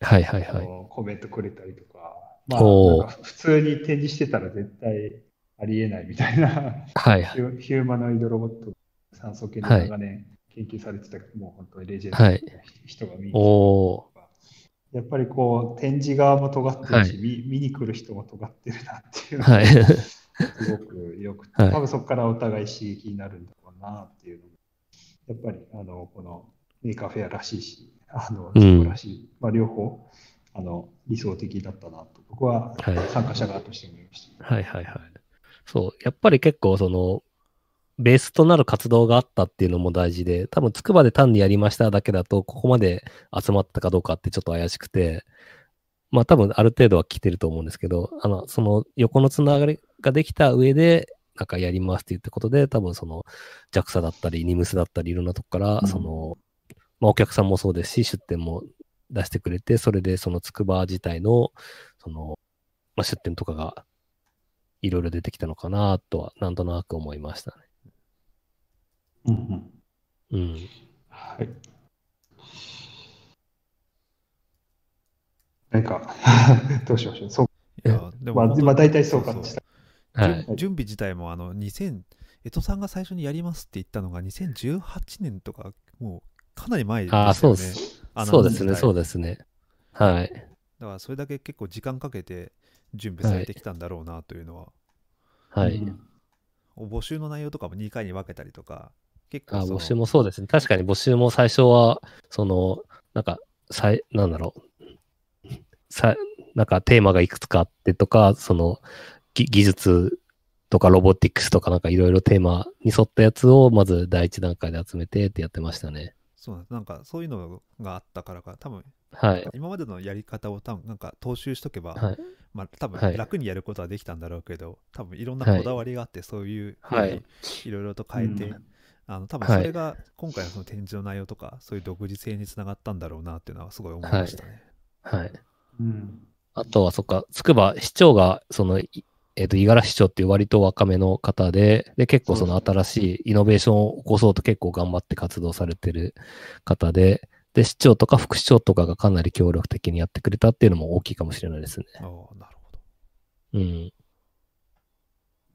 A: はいはい
C: あ
A: はい。
C: のコメントくれたりとか、まあ、
A: おー
C: なんか普通に展示してたら絶対ありえないみたいな
A: はいは
C: ヒ
A: い。
C: ュヒューマノイドロボット酸素系で
A: はい
C: 長年研究されてた、もう本当にレジェンドな
A: はい。
C: 人が見に来て
A: おー。
C: やっぱりこう展示側も尖ってるし、
A: は
C: 見 見に来る人も尖ってるなっていうのが
A: はい。
C: すごくよくて、
A: はい
C: 多分そこからお互い刺激になるんだろうなっていうのも、やっぱりあのこのメーカーフェアらしいし、あの
A: うん
C: 自己らしい、まあ、両方あの理想的だったなと、僕は
A: はい
C: 参加者側として思いました。
A: はいはいはい。そう、やっぱり結構その、ベースとなる活動があったっていうのも大事で、多分つくばで単にやりましただけだと、ここまで集まったかどうかってちょっと怪しくて、まあ多分ある程度は来てると思うんですけど、あの、その横のつながりができた上で、なんかやりますって言ったことで、多分その JAXA だったり、NIMS だったり、いろんなとこか
C: うん
A: ら、その、まあお客さんもそうですし、出店も出してくれて、それでそのつくば自体の、その、まあ出店とかがいろいろ出てきたのかなとは、なんとなく思いましたね。
C: うんう
A: う
C: ん
A: ん。
C: はいなんか、 どうしましょう。そう
B: いや、で
C: まあ、
B: 本当に
C: まあ、大体そう感じた。
A: は
B: 準
A: い。
B: 準備自体もあの2000江戸さんが最初にやりますって言ったのが2018年とかもうかなり前ですよね。
A: ああ、そうです。
B: あの
A: そうですね、
B: 時代
A: そうですね。はい。
B: だからそれだけ結構時間かけて準備されてきたんだろうなというのは、
A: はい。
C: うん
B: 募集の内容とかも2回に分けたりとか結構
A: あ
B: その
A: 募集もそうですね。確かに募集も最初は、その、なんか、さいなんだろう。さなんかテーマがいくつかあってとか、その、ぎ技術とかロボティクスとかなんかいろいろテーマに沿ったやつをまず第一段階で集めてってやってましたね。
B: そうなんですなんかそういうのがあったからか多分
A: はい。
B: 今までのやり方を多分なんか踏襲しとけば、
A: はい。
B: まあ、多
A: は
B: 分
A: い
B: 楽にやることはできたんだろうけど、多分いろんな
A: はい
B: こだわりがあって、そういうふ
A: は
B: う
A: い
B: にいろいろと変えて、
C: うん
B: あの多分
A: はい
B: それが今回のその展示の内容とか、そういう独自性につながったんだろうなっていうのはすごい思いましたね。
A: はい。
C: うん
A: あとは、そっか、つくば市長が、その、いえっ、と、五十嵐市長っていう割と若めの方で、で、結構その
C: そうです
A: 新しいイノベーションを起こそうと結構頑張って活動されてる方で、で、市長とか副市長とかがかなり協力的にやってくれたっていうのも大きいかもしれないですね。
B: ああなるほど。
A: うん。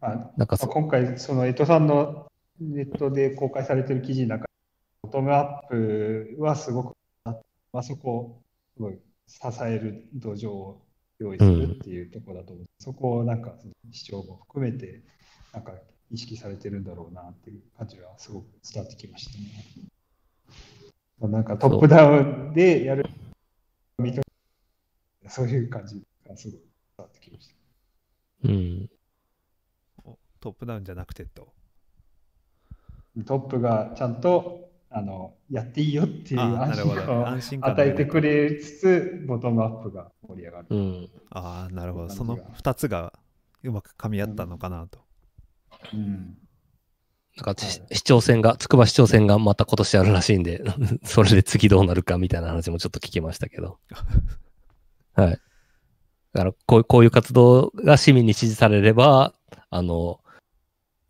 C: あの
A: なんか
C: まあ
A: そ、
C: 今回、その江戸さんのネットで公開されてる記事の中で、ボトムアップはすごくあって、まあ、そこをすごい支える土壌を用意するっていうところだと思う。そこをなんか、視聴も含めて、なんか意識されてるんだろうなっていう感じはすごく伝わってきましたね。まあなんかトップダウンでやる、そういう感じがすごい伝わってきました。
A: うん。
B: おトップダウンじゃなくてと。
C: トップがちゃんとあのやっていいよっていう
B: ああ、な
C: 安
B: るほ
C: 心
B: ど。
C: 感を
B: 安心感の
C: 与えてくれつつ、ボトムアップが盛り上がる。
A: うん。
B: ああ、なるほど。
C: 感じ
B: そ
C: が
B: の2つがうまく噛み合ったのかなと。
C: うん
A: なんかし、市長選が、つくば市長選がまた今年あるらしいんで、 それで次どうなるかみたいな話もちょっと聞きましたけど。はい。だからこう、こういう活動が市民に支持されれば、あの、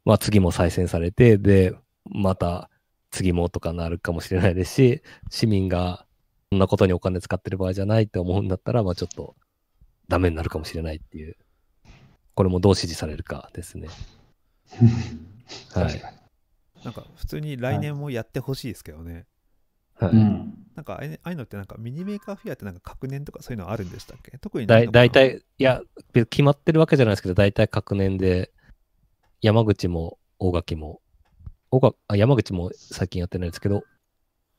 A: まあ、次も再選されて、で、また次もとかなるかもしれないですし、市民がそんなことにお金使ってる場合じゃないって思うんだったら、まあ、ちょっとダメになるかもしれないっていう、これもどう支持されるかですね。は
C: 確
A: い。
C: か
B: なんか普通に来年もやってほしいですけどね。
A: はい
C: にうん
B: なんかあれああいうのってなんかミニメーカーフェアってなんか各年とかそういうのあるんでしたっけ特にな
A: だ
B: ん
A: い
B: か
A: 大体、いや、別に決まってるわけじゃないですけど、大体各年で、山口も大垣も、大垣あ山口も最近やってないですけど、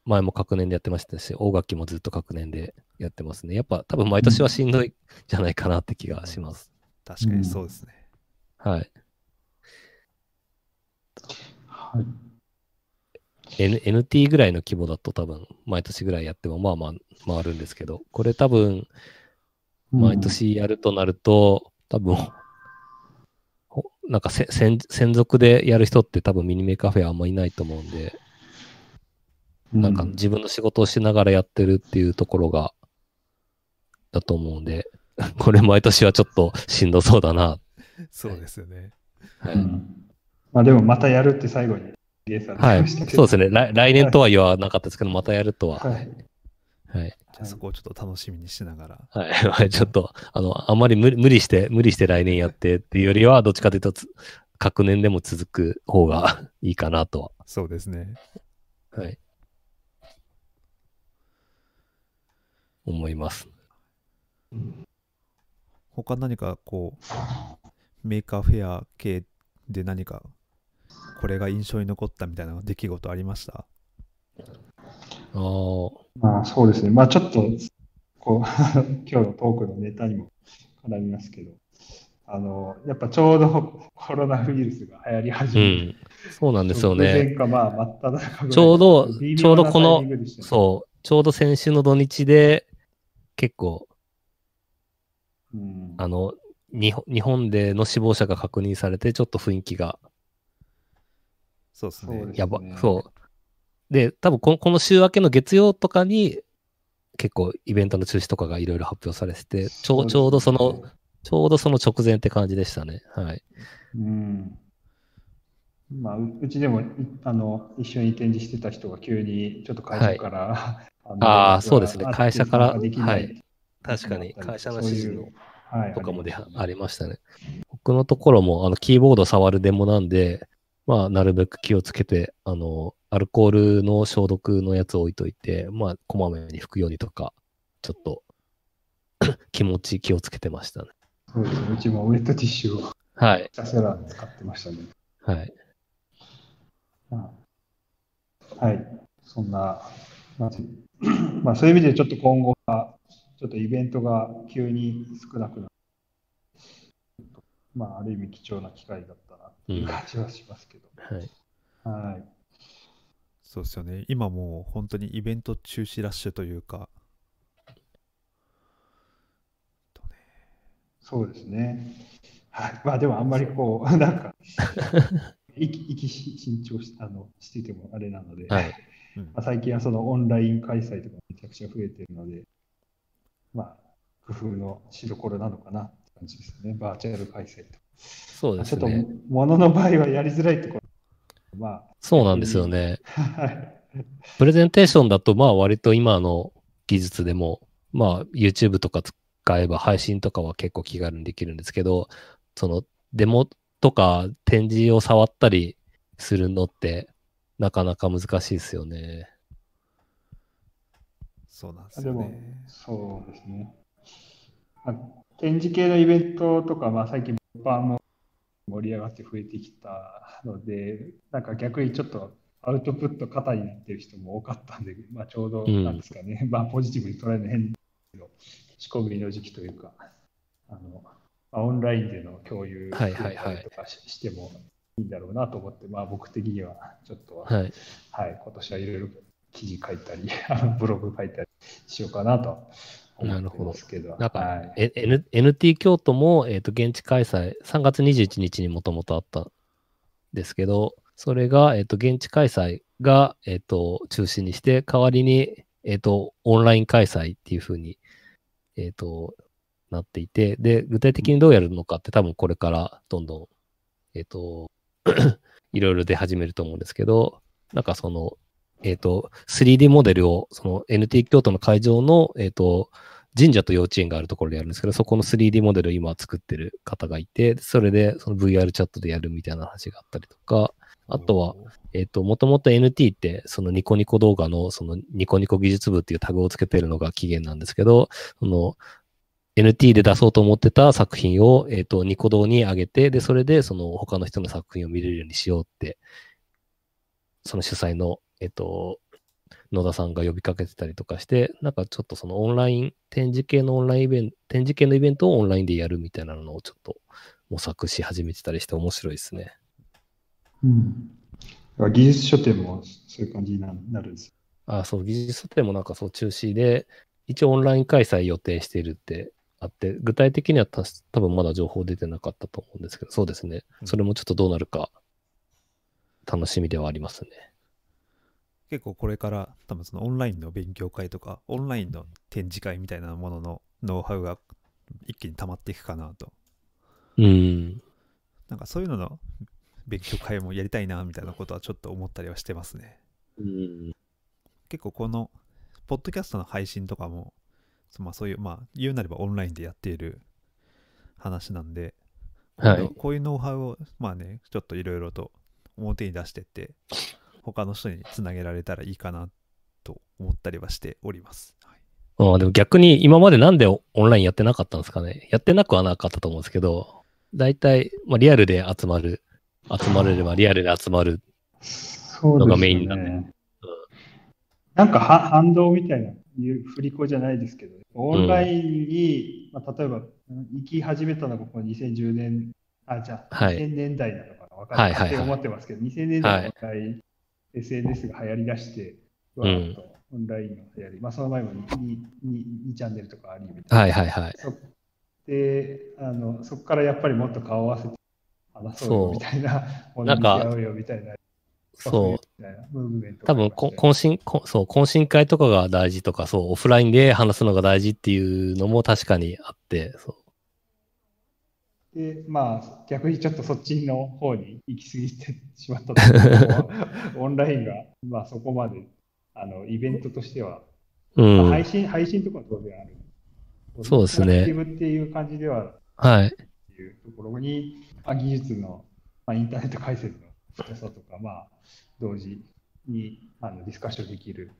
A: 前も各年でやってましたし、大垣もずっと各年でやってますね。やっぱ多分毎年はしんどいじゃないかなって気がします。
B: 確かにそうですね。
A: はい。
C: はい
A: N、NT ぐらいの規模だと多分毎年ぐらいやってもまあまあ回るんですけど、これ多分毎年やるとなると、多分、ほなんかせ専専属でやる人って多分ミニメカフェあんまいないと思うんで、
C: うん
A: なんか自分の仕事をしながらやってるっていうところが、だと思うんで、 これ毎年はちょっとしんどそうだな。
B: そうですよね。
A: は
C: う
A: い。
C: んまあ、でもまたやるって最後に入れされて
A: はい、
C: ましたけ
A: そう
C: ど、
A: ですね来。来年とは言わなかったですけど、またやるとは。
C: はい
A: はい。はい
B: じゃあそこをちょっと楽しみにしながら。
A: はい、 はい、ちょっと、あの、あんまり無理無理して、無理して来年やってっていうよりは、どっちかというとつ、各年でも続く方がいいかなと
B: そうですね。
A: は、はい、思います。
B: 他何かこう、メーカーフェア系で何かこれが印象に残ったみたいな出来事ありました
A: ああ、
C: まあ、そうですね。まあちょっとこう 今日のトークのネタにも絡みますけど、あのやっぱちょうどコロナウイルスが流行り始
A: う
C: めて
A: ん。そうなんですよね。
C: 前かまあ真っただ中ぐらい
A: ちょうど
C: 微妙な
A: ちょうどこの
C: タイミングでしたね
A: そう。ちょうど先週の土日で、結構、
C: うん
A: あの、日本日本での死亡者が確認されて、ちょっと雰囲気が
B: そうです
C: そう
B: ね
C: で。す
A: やば、
C: ね
A: そう。で、多分このこの週明けの月曜とかに、結構イベントの中止とかがいろいろ発表されてて、ちょうちょうどその、、ちょうどその直前って感じでしたね。はい。
C: うんまあ、ううちでもいあの一緒に展示してた人が急にちょっと会社から、 あの
A: あーそうですね会社から
C: アクティブ参加できない
A: 確かに、
C: そう
A: 会社の指示
C: そう
A: の
C: いうはい
A: とかもで
C: ありましたね
A: ありましたね。僕のところも、あの、キーボード触るデモなんで、まあ、なるべく気をつけて、あの、アルコールの消毒のやつを置いといて、まあ、こまめに拭くようにとか、ちょっと 気持ち気をつけてましたね。
C: そうですねうちもウェットティッシュをひ
A: はい。
C: たすら使ってましたね。
A: はい。
C: まあはい、そんな、まあ、 まあそういう意味でちょっと今後は、ちょっとイベントが急に少なくなる。まあ、ある意味貴重な機会だったなっていう感じはしますけど。
A: はい。
C: はい。
B: そうですよね。今もう本当にイベント中止ラッシュというか、
C: そうですね。はい、まあでもあんまりこう、なんか、息息し慎重しあのしていてもあれなので、
A: はい。
B: うん
C: まあ、最近はそのオンライン開催とかめちゃくちゃ増えてるので、まあ、工夫のしどころなのかなって感じですね、バーチャル開催と。
A: そうで
C: ち
A: す
C: ょっと
A: ね。、
C: ものの場合はやりづらいところ。ま
A: そうなんですよね。
C: あ、 はい。
A: プレゼンテーションだと、まあ割と今の技術でも、まあ YouTube とか使えば配信とかは結構気軽にできるんですけど、そのデモとか展示を触ったりするのってなかなか難しいですよね。
B: そうなんです
C: あで
B: よ
C: も
B: ね。、
C: そうですね。あ展示系のイベントとか、まあ、最近、物販も盛り上がって増えてきたので、なんか逆にちょっとアウトプット過多になってる人も多かったんで、まあ、ちょうど
A: うん
C: なんですかね、まあ、ポジティブに捉えるの変ですけど、仕込みの時期というか、あのまあ、オンラインでの共有
A: はいはいはい
C: とかし,、してもいいんだろうなと思って、まあ、僕的にはちょっとは
A: はい。
C: はい、今年はいろいろ記事書いたり、 あのブログ書いたりしようかなと思ってますけど。
A: なんか、
C: はい、
A: え N- NT 京都も、えっと現地開催、3月21日にもともとあったんですけど、それが、えっと現地開催が、えっと中止にして、代わりに、えっとオンライン開催っていうふうに、えっとなっていて、で、具体的にどうやるのかって多分これからどんどん、えっと いろいろ出始めると思うんですけど、なんかその、えっ、と、3D モデルを、その NT 京都の会場の、えっ、と、神社と幼稚園があるところでやるんですけど、そこの 3D モデルを今作ってる方がいて、それでその VR チャットでやるみたいな話があったりとか、あとは、えっ、と、もともと NT って、そのニコニコ動画の、そのニコニコ技術部っていうタグをつけてるのが起源なんですけど、その NT で出そうと思ってた作品を、えっ、と、ニコ動に上げて、で、それでその他の人の作品を見れるようにしようって、その主催の、えっ、と、野田さんが呼びかけてたりとかして、なんかちょっとそのオンライン、展示系のオンラインイベント、展示系のイベントをオンラインでやるみたいなのをちょっと模索し始めてたりして面白いですね。
C: うん、だから技術書店もそういう感じにななるんですよ。
A: あ、そう、技術展もなんかそう中止で、一応オンライン開催予定しているってあって、具体的にはたし多分まだ情報出てなかったと思うんですけど、そうですね。それもちょっとどうなるか楽しみではありますね。
B: 結構これから多分そのオンラインの勉強会とかオンラインの展示会みたいなもののノウハウが一気に溜まっていくかなと
A: うん。
B: なんかそういうのの勉強会もやりたいなみたいなことはちょっと思ったりはしてますね
A: うん。
B: 結構このポッドキャストの配信とかもそ,、まあ、そういうまあ言うなればオンラインでやっている話なんで、
A: はい。
B: こういうノウハウをまあねちょっといろいろと表に出してって他の人につなげられたらいいかなと思ったりはしております、はい
A: ああでも逆に今までなんでオンラインやってなかったんですかね。やってなくはなかったと思うんですけど、大体、まあ、リアルで集まる、集まれればリアルで集まる。
C: そう
A: の
C: です
A: が
C: よ
A: メインだね
C: ね。なんかは反動みたいな、いう振り子じゃないですけど、オンラインに、まあ、例えば行き始めたのがこの2010年、あ、じゃあ、
A: はい
C: 2000年代なのかな、わかんない、
A: はいはいはい
C: って思ってますけど、2000年代のオンライン、SNS が流行りだして、わーっとオンラインが流行り、まあ、その前も 2, チャンネルとかありみたいな。
A: はいはいはい。
C: そであのそこからやっぱりもっと顔を合わせて話そうよみたいな、もの
A: なん
C: に
A: か
C: 合うよみたいな、
A: そう。
C: みたいなムーブメントが
A: 多
C: ありま
A: 分
C: した
A: こ、懇
C: よ
A: 親、こそう、懇親会とかが大事とか、そう、オフラインで話すのが大事っていうのも確かにあって、そ
C: で、まあ、逆にちょっとそっちの方に行き過ぎてしまったというか オンラインが、まあ、そこまであのイベントとしては、
A: う。う
C: まあ
A: ん。は
C: 配
A: い。
C: 信配信とかは当然ある。
A: そうですね
C: アクティブっていう感じではっていうところに、まあ、技術の、まあ、インターネット回線の深さとか、まあ、同時にあのディスカッションできる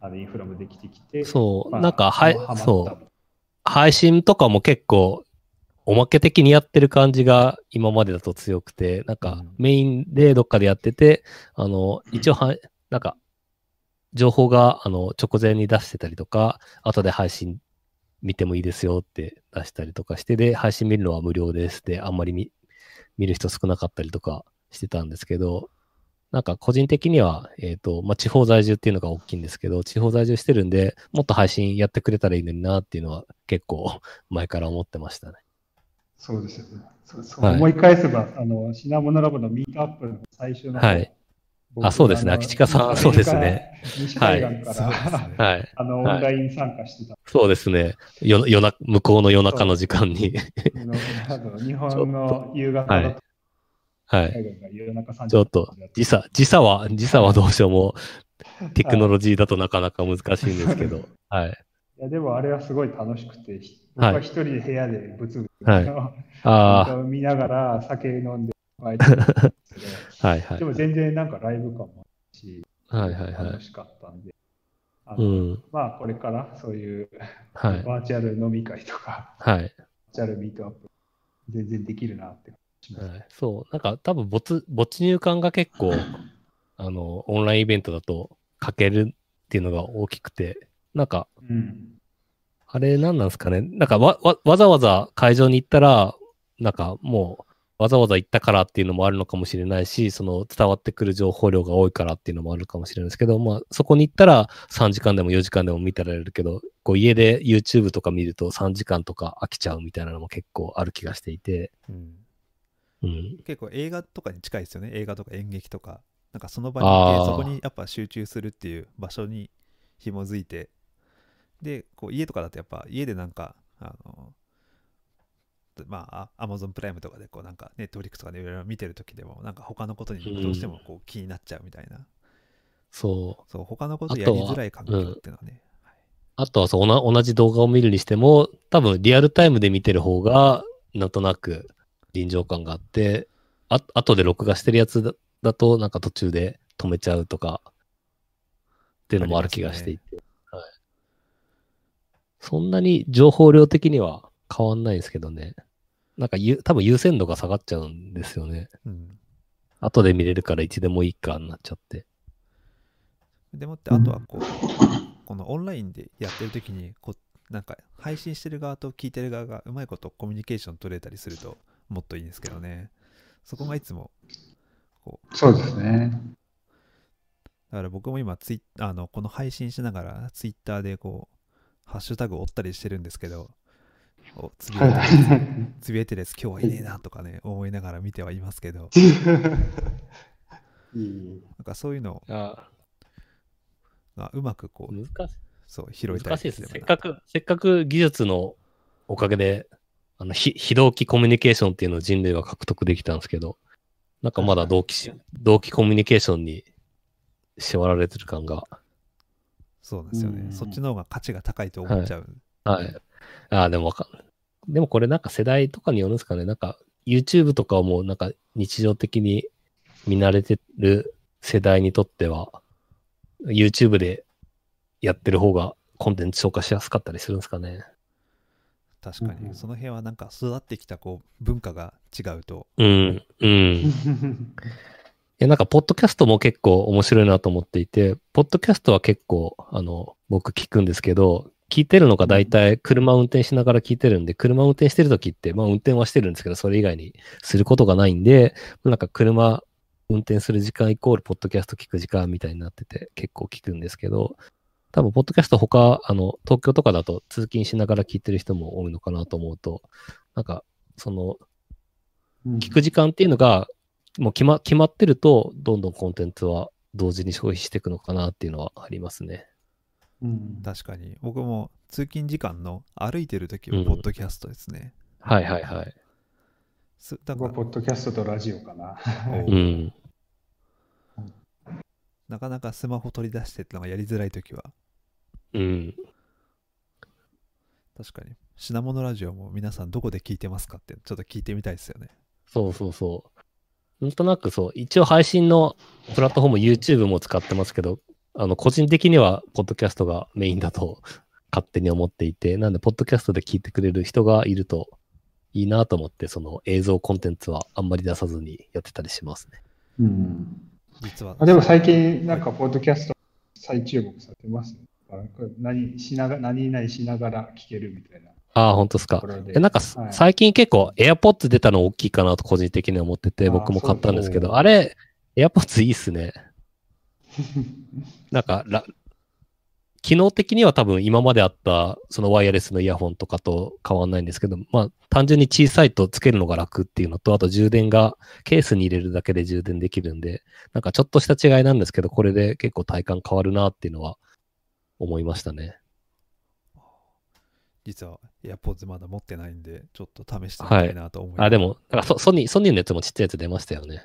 C: あのインフラもできてきて、
A: そう、
C: まあ
A: なんか、は
C: ハマ
A: い、
C: った
A: そう、配信とかも結構、おまけ的にやってる感じが今までだと強くて、なん
B: う
A: か
B: ん
A: メインでどっかでやってて、あの、一応は、なんか、情報が、あの、直前に出してたりとか、後で配信見てもいいですよって出したりとかして、で、配信見るのは無料ですって、あんまり見見る人少なかったりとかしてたんですけど、なんか個人的には、えっ、と、まあ、地方在住っていうのが大きいんですけど、地方在住してるんで、もっと配信やってくれたらいいのになっていうのは結構前から思ってましたね。
C: そうですよね。そうそう
A: はい
C: 思い返せば、あのシナモノラボのミートアップの最初の方、
A: はい
C: 僕が
A: あそうですね
C: の
A: 秋近さんそうですね。
C: 西海岸から、
B: はいそうですね
A: はい。
C: あのオン
A: はい
C: ライン参加してた、
A: そうですね。夜夜な、向こうの夜中の時間に。
C: あのあの日本の夕方だと
A: はい。
C: 海岸が夜中3時だた
A: ちょっと、時差、時差 は、時差はどうしようも、テクノロジーだとなかなか難しいんですけど、はい。
C: いや、でもあれはすごい楽しくて、
A: はい
C: 僕は一人で部屋でぶつぶつ、
A: はい
C: なんか
A: あ
C: 見ながら酒飲んで、バイトしてたんですけど
A: あ、はいはい
C: で。も全然なんかライブ感もあるし、
A: はいはいは
C: 楽
A: い。
C: しかったんで、あ
A: う
C: の
A: ん。
C: まあこれからそういう
A: はい。
C: バーチャル飲み会とか、
A: はい。
C: バーチャルミートアップ、全然できるなって。
A: はい、そう、なんか多分没、没入感が結構、あの、オンラインイベントだと欠けるっていうのが大きくて、なんか、
C: うん。
A: あれ何なんですかね。なんかわ、わ、わざわざ会場に行ったら、なんかもう、わざわざ行ったからっていうのもあるのかもしれないし、その伝わってくる情報量が多いからっていうのもあるかもしれないですけど、まあそこに行ったら3時間でも4時間でも見てられるけど、こう家で YouTube とか見ると3時間とか飽きちゃうみたいなのも結構ある気がしていて、
B: うん
A: うん。
B: 結構映画とかに近いですよね映画とか演劇とかなんかその場に行
A: あ
B: っ
A: ー
B: てそこにやっぱ集中するっていう場所に紐づいてでこう家とかだとやっぱ家でなんかあのまあアマゾンプライムとかでこうなんかネットフリックスとかでいろいろ見てる時でもなんか他のことにどうしてもこう気になっちゃうみたいな、
A: そう。
B: そう他のことやりづらい環境っていうのはね
A: あとはそうおな同じ動画を見るにしても、多分リアルタイムで見てる方が、なんとなく臨場感があって、あ後で録画してるやつだだと、なんか途中で止めちゃうとか、っていうのもある気がしていて、はい。そんなに情報量的には変わんないんですけどね。なんかゆ多分優先度が下がっちゃうんですよね。
B: うん、
A: 後で見れるからいつでもいいかになっちゃって。
B: でもってあとはこうこのオンラインでやってる時にこうなんか配信してる側と聞いてる側がうまいことコミュニケーション取れたりするともっといいんですけどねそこがいつもこう
C: そうですね。
B: だから僕も今ツイあのこの配信しながらツイッターでこうハッシュタグ追ったりしてるんですけどおつぶ
C: は
B: やい
C: い
B: てる
C: はい。
B: つぶやいてるやつ今日はいねえなとかね思いながら見てはいますけど
C: いい
B: なんかそういうの
A: あ
B: がうまくこう
A: 難しい。
B: そう拾えた
A: 難
B: り
A: しいですね。せっ
B: ばな
A: かく、せっかく技術のおかげで、あの、ひ非同期コミュニケーションっていうのを人類は獲得できたんですけど、なんかまだ同期し、同期コミュニケーションに縛られてる感が。
B: そうなんですよ
C: う
B: ね
C: ん
B: そっちの方が価値が高いと思っちゃう、
A: はい。ああ、でもわかんない。でもこれなんか世代とかによるんですかね。なんか YouTube とかはもうなんか日常的に見慣れてる世代にとっては、YouTube でやってる方がコンテンツ消化しやすかったりするんですかね。
B: 確か
C: うんう
B: に
C: ん
B: その辺はなんか育ってきたこう文化が違うと
A: うん、うん。いや、なんか、ポッドキャストも結構面白いなと思っていて、ポッドキャストは結構、あの、僕聞くんですけど、聞いてるのが大体車運転しながら聞いてるんで、車運転してる時って、まあ運転はしてるんですけど、それ以外にすることがないんで、なんか車運転する時間イコールポッドキャスト聞く時間みたいになってて、結構聞くんですけど、多分、ポッドキャスト他、あの、東京とかだと通勤しながら聞いてる人も多いのかなと思うと、なんか、その、聞く時間っていうのが、もう決ま決まってると、どんどんコンテンツは同時に消費していくのかなっていうのはありますね。
C: うん
B: 確かに僕も通勤時間の歩いてる時
A: う
B: は
A: ん
B: ポッドキャストですね、
A: はいはいはい。
B: すだ
C: 僕
B: から
C: はポッドキャストとラジオかな。
B: お
A: うん。
B: なかなかスマホ取り出してってのがやりづらい時は
A: うん。
B: 確かに品物ラジオも皆さんどこで聞いてますかってちょっと聞いてみたいですよね
A: そうそうそう。なんとなくそう、一応配信のプラットフォーム YouTube も使ってますけど、あの、個人的には、ポッドキャストがメインだと勝手に思っていて、なんで、ポッドキャストで聞いてくれる人がいるといいなと思って、その映像コンテンツはあんまり出さずにやってたりしますね。
C: うん
B: 実は
C: あでも最近、なんか、ポッドキャスト再注目されてますね。あこれ何しなが何々しながら聞けるみたいな
A: ああ、本当ですか
C: とこ。ろで。
A: えなんか、
C: はい
A: 最近結構 AirPods 出たの大きいかなと個人的には思ってて、
C: あー
A: 僕も買ったんですけ
C: そう
A: ど、
C: そう
A: あれ、AirPods いいっすね。なんか、ら機能的には多分今まであったそのワイヤレスのイヤホンとかと変わんないんですけど、まあ単純に小さいとつけるのが楽っていうのと、あと充電がケースに入れるだけで充電できるんで、なんかちょっとした違いなんですけど、これで結構体感変わるなっていうのは思いましたね。
B: 実は AirPods まだ持ってないんでちょっと試してみたいなと思います、
A: あ、でも、なんかソソニー、ソニーのやつもちっちゃいやつ出ましたよね。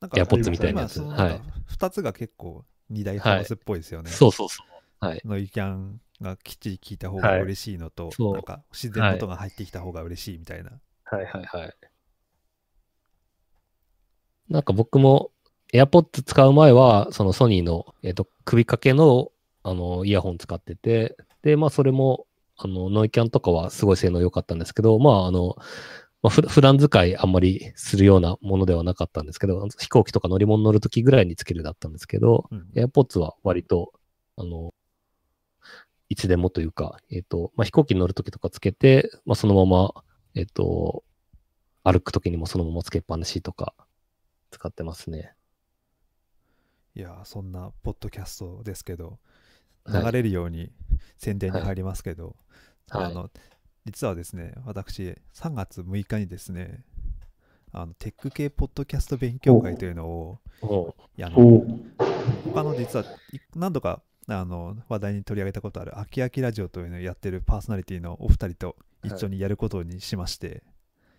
B: なん
A: エ
B: か
A: アポッツみたいなやつ
B: 今そのなんか
A: はい
B: 2つが結っ構二大ハウスっぽいですよね、
A: そうそうそう。はい。
B: ノイキャンがきっちり聞いた方が嬉しいのと、
A: いそう
B: なんか自然な音が入ってきた方が嬉しいみたいな。
A: はいはいはい。なんか僕も AirPods 使う前は、そのソニーの、えっと首掛けのあのイヤホン使ってて、で、まあそれもあのノイキャンとかはすごい性能良かったんですけど、まああの、まあ、ふ普段使いあんまりするようなものではなかったんですけど、あの飛行機とか乗り物乗るときぐらいにつけるだったんですけど、
B: うん
A: AirPods は割と、あの、いつでもというか、えっ、と、まあ、飛行機に乗るときとかつけて、まあ、そのまま、えっ、と、歩くときにもそのままつけっぱなしとか使ってますね。
B: いやーそんなポッドキャストですけど、
A: はい
B: 流れるように宣伝に入りますけど、
A: はい
B: あの実はですね、私、3月6日にですね、あのテック系ポッドキャスト勉強会というのを、
A: おう
B: いやあ の
C: おー
B: 他の実はい何度かあの話題に取り上げたことある「あきあきラジオ」というのをやってるパーソナリティのお二人と一緒にやることにしまして、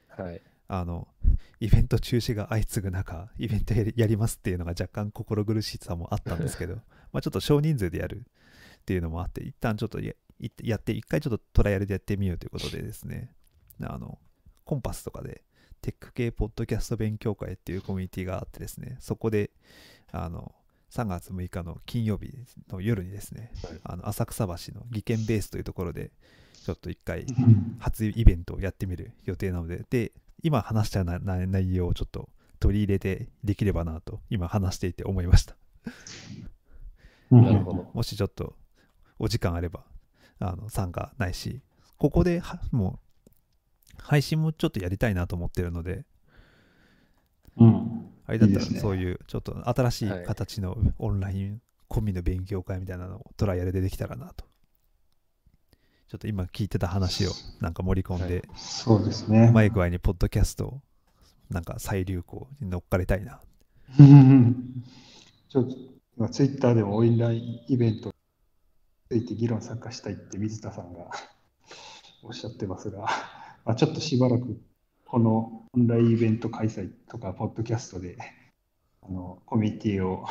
A: はい。
B: あのイベント中止が相次ぐ中イベントやりやりますっていうのが若干心苦しさもあったんですけどまあちょっと少人数でやるっていうのもあって一旦ちょっとやいやって一回ちょっとトライアルでやってみようということでですねあのコンパスとかでテック系ポッドキャスト勉強会っていうコミュニティがあってですねそこであの3月6日の金曜日の夜にですね、あの浅草橋の技研ベースというところでちょっと一回初イベントをやってみる予定なので、で、今話したようなな内容をちょっと取り入れてできればなと、今話していて思いました。
C: うん
A: なるほど。
B: もしちょっとお時間あれば、あの参加ないし、ここではもう、配信もちょっとやりたいなと思ってるので、
C: うん
B: あれだった
C: いいです
B: ら
C: ね
B: そういうちょっと新しい
A: はい
B: 形のオンライン込みの勉強会みたいなのをトライアルでできたらなと。ちょっと今聞いてた話をなんか盛り込んで
C: そうですね
B: う。まい具合にポッドキャストをなんか再流行に乗っかりたいな。
C: うんうんうんちょっと、ツイッターでもオンラインイベントについて議論参加したいって水田さんが おっしゃってますが、まあ、ちょっとしばらくこのオンラインイベント開催とか、ポッドキャストであのコミュニティを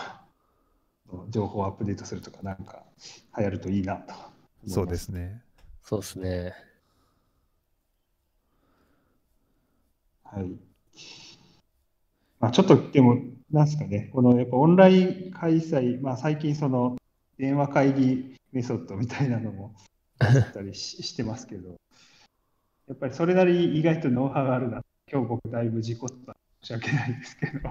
C: 情報をアップデートするとか、なんか流行るといいなと思います。
B: そうですね。
A: そうですね。
C: はい。まあ、ちょっとでも、なんですかね、このやっぱオンライン開催、まあ、最近その電話会議メソッドみたいなのもあったりししてますけど、やっぱりそれなりに意外とノウハウがあるな、今日僕だいぶ事故った申し訳ないで すけど、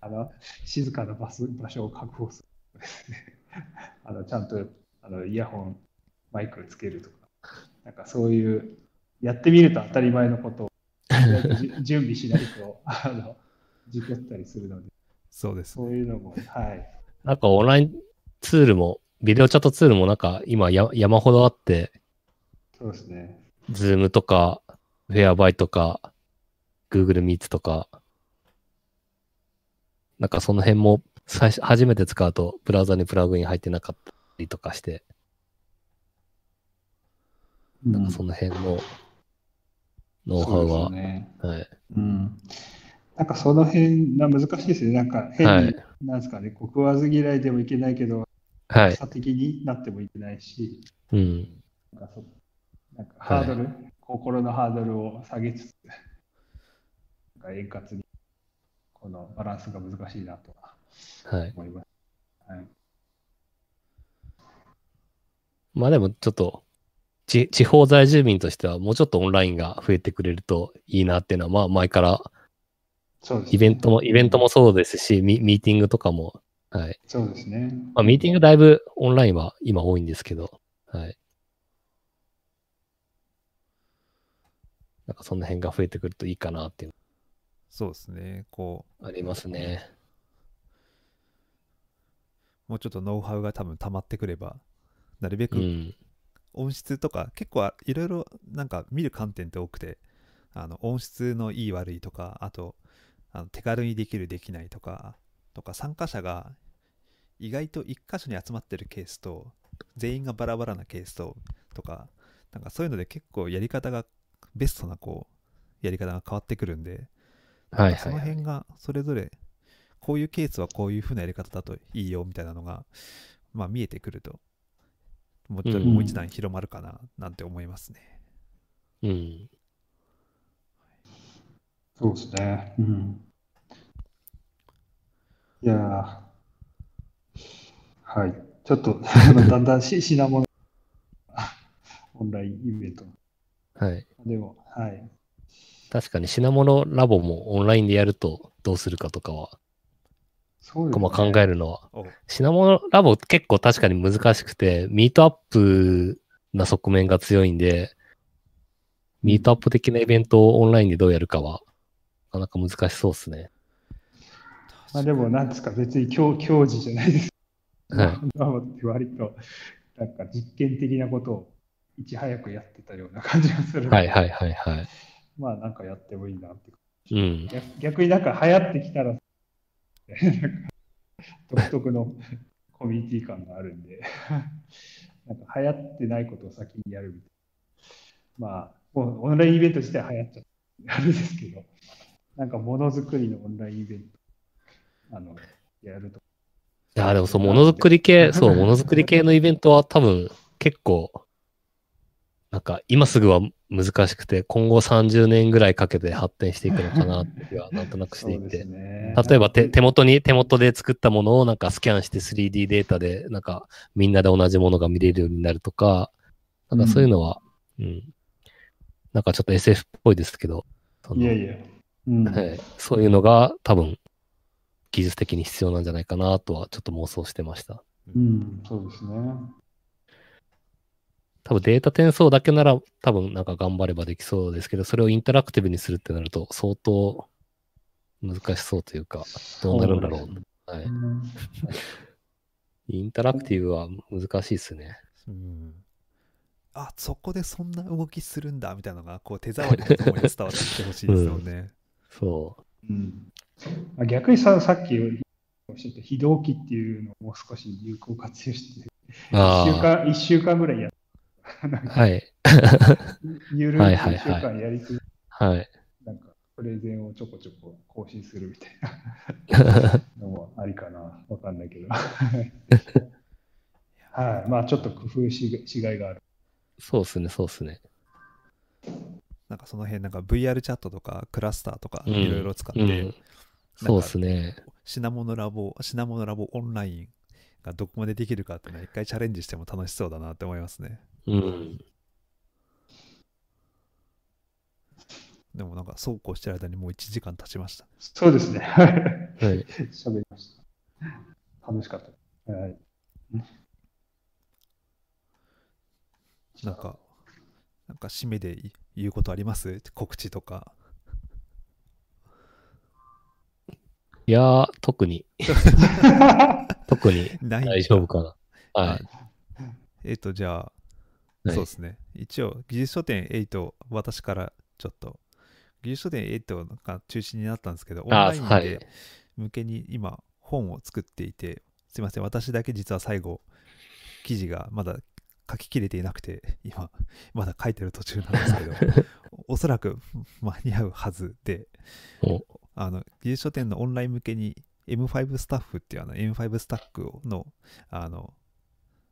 C: あの静かな場所場所を確保するとかですね、 あのちゃんとあのイヤホン、マイクつけるとか、なんかそういう、やってみると当たり前のことを じ準備しないと、あの、事故ったりするので、
B: そうです。
C: そういうのも、はい。
A: なんかオンラインツールも、ビデオチャットツールもなんか今や山ほどあって、
C: そうですね。
A: ズームとか、フェアバイとか、Google Meets とか、なんかその辺も最初初めて使うとブラウザにプラグイン入ってなかったりとかして、なんかその辺のノウハウ
C: そう
A: は、
C: ですね。
A: はい、
C: うん。なんかその辺な難しいですね。なんか変に、
A: はい
C: なんですかね、こう食わず嫌いでもいけないけど、
A: はい、
C: 差的になってもいけないし、
A: うん、
C: なんかそなんかハードル、心のハードルを下げつつ、なんか円滑に、このバランスが難しいなとは
A: はい。
C: 思います。はい。
A: まあでもちょっと、ち地方在住民としてはもうちょっとオンラインが増えてくれるといいなっていうのは、まあ前から
C: そうですね
A: イベントも、イベントもそうですし、ミミーティングとかも、はい、
C: そうですね。
A: まあ、ミーティングだいぶオンラインは今多いんですけど、はい。なんかその辺が増えてくるといいかなっていう
B: そうですね。こ
A: のありますね。
B: う、もうちょっとノウハウが多分溜まってくれば、なるべ
A: う
B: く
A: ん。
B: 音質とか、結構いろいろなんか見る観点って多くて、あの音質のいい悪いとか、あとあの手軽にできるできないとか、とか参加者が意外と一箇所に集まってるケースと、全員がバラバラなケースと、とか、なんかそういうので結構やり方がベストなこう、やり方が変わってくるんで、
A: はい
B: そ
A: はい
B: の
A: はい。
B: 辺がそれぞれこういうケースはこういう風なやり方だといいよみたいなのが、まあ、見えてくるともうちょっともう一段広まるかななんて思いますね。
A: うん。
C: そうですね。うん。いやーはい。ちょっと、 あのだんだんし 品物、あオンラインイベント。
A: はい。
C: でも、はい。
A: 確かに品物ラボもオンラインでやるとどうするかとかは、
C: そうで
A: こ
C: すね。
A: う考えるのは。
B: お
A: 品物ラボ結構確かに難しくて、ミートアップな側面が強いんで、ミートアップ的なイベントをオンラインでどうやるかは、なかなか難しそうですね。
C: まあでも、なんですか、別に教教授じゃないです。
A: はい。
C: 割と、なんか実験的なことをいち早くやってたような感じがする。
A: はいはいはいは
C: まあなんかやってもいいなって。
A: い。うん。
C: 逆逆になんか流行ってきたら、なんか 独特のコミュニティ感があるんで、 なんか流行ってないことを先にやるみたいな。まあ、もうオンラインイベント自体流行っちゃって、あれですけど、なんかものづくりのオンラインイベント、あの、やると。
A: いやー、でもそう、ものづくり系、そう、ものづくり系のイベントは多分結構、なんか今すぐは難しくて、今後30年ぐらいかけて発展していくのかなっていうのはなんとなくしてい
C: そう
A: て。
C: ですね
A: 例えば手手元に、手元で作ったものをなんかスキャンして 3D データでなんかみんなで同じものが見れるようになるとか、なんかそういうのは、うん、なんかちょっと SF っぽいですけど、その
C: いやいや。うん
A: はい、そういうのが多分技術的に必要なんじゃないかなとはちょっと妄想してました。
C: うん、そうですね。
A: 多分データ転送だけなら多分なんか頑張ればできそうですけど、それをインタラクティブにするってなると相当難しそうというか、どうなるんだろう。はい、
C: うん
A: インタラクティブは難しいですね。
B: うん、あそこでそんな動きするんだみたいなのがこう手触りとともに伝わってきてほしいですよね。
A: そう。
C: うんまあ逆にささっきおっしゃった非同期っていうのをもう少し有効活用して、
A: あ
C: 1週
A: あ
C: 間一週間ぐらいやる。なんか
A: はい。
C: ゆる
A: はい
C: 1
A: はいはい
C: 週間やりつつ、
A: はい。
C: なんかプレゼンをちょこちょこ更新するみたいなのもありかな、わかんな いけど。はい、まあちょっと工夫ししがいがある。
A: そうですね、そうですね。
B: なんかその辺なんか VR チャットとかクラスターとか
A: うん
B: いろいろ使って、
A: うん。そうですね。
B: 品物ラボ品物ラボオンラインがどこまでできるかっていうのは一回チャレンジしても楽しそうだなって思いますね。
A: うん。
B: でもなんかそうこうしてる間にもう1時間経ちました。
C: そうですね。 はい
A: はい。
C: 喋りました。楽しかった。はい。
B: なん か、なんか締めでい言うことあります告知とか。
A: いやー、特に、特に
B: ない
A: 大丈夫かな。はい。
B: えっ、と、じゃあ、
A: はい
B: そうですね。一応、技術書店8、私からちょっと、技術書店8が中心になったんですけど、オン
A: あ
B: ラ
A: ー
B: イン
A: はい
B: で。向けに今、本を作っていて、すいません、私だけ実は最後、記事がまだ書ききれていなくて、今、まだ書いてる途中なんですけど、 おそらく間に合うはずで
A: お、
B: あの、技術書店のオンライン向けに M5 スタッフっていうあの M5 スタックの、あの、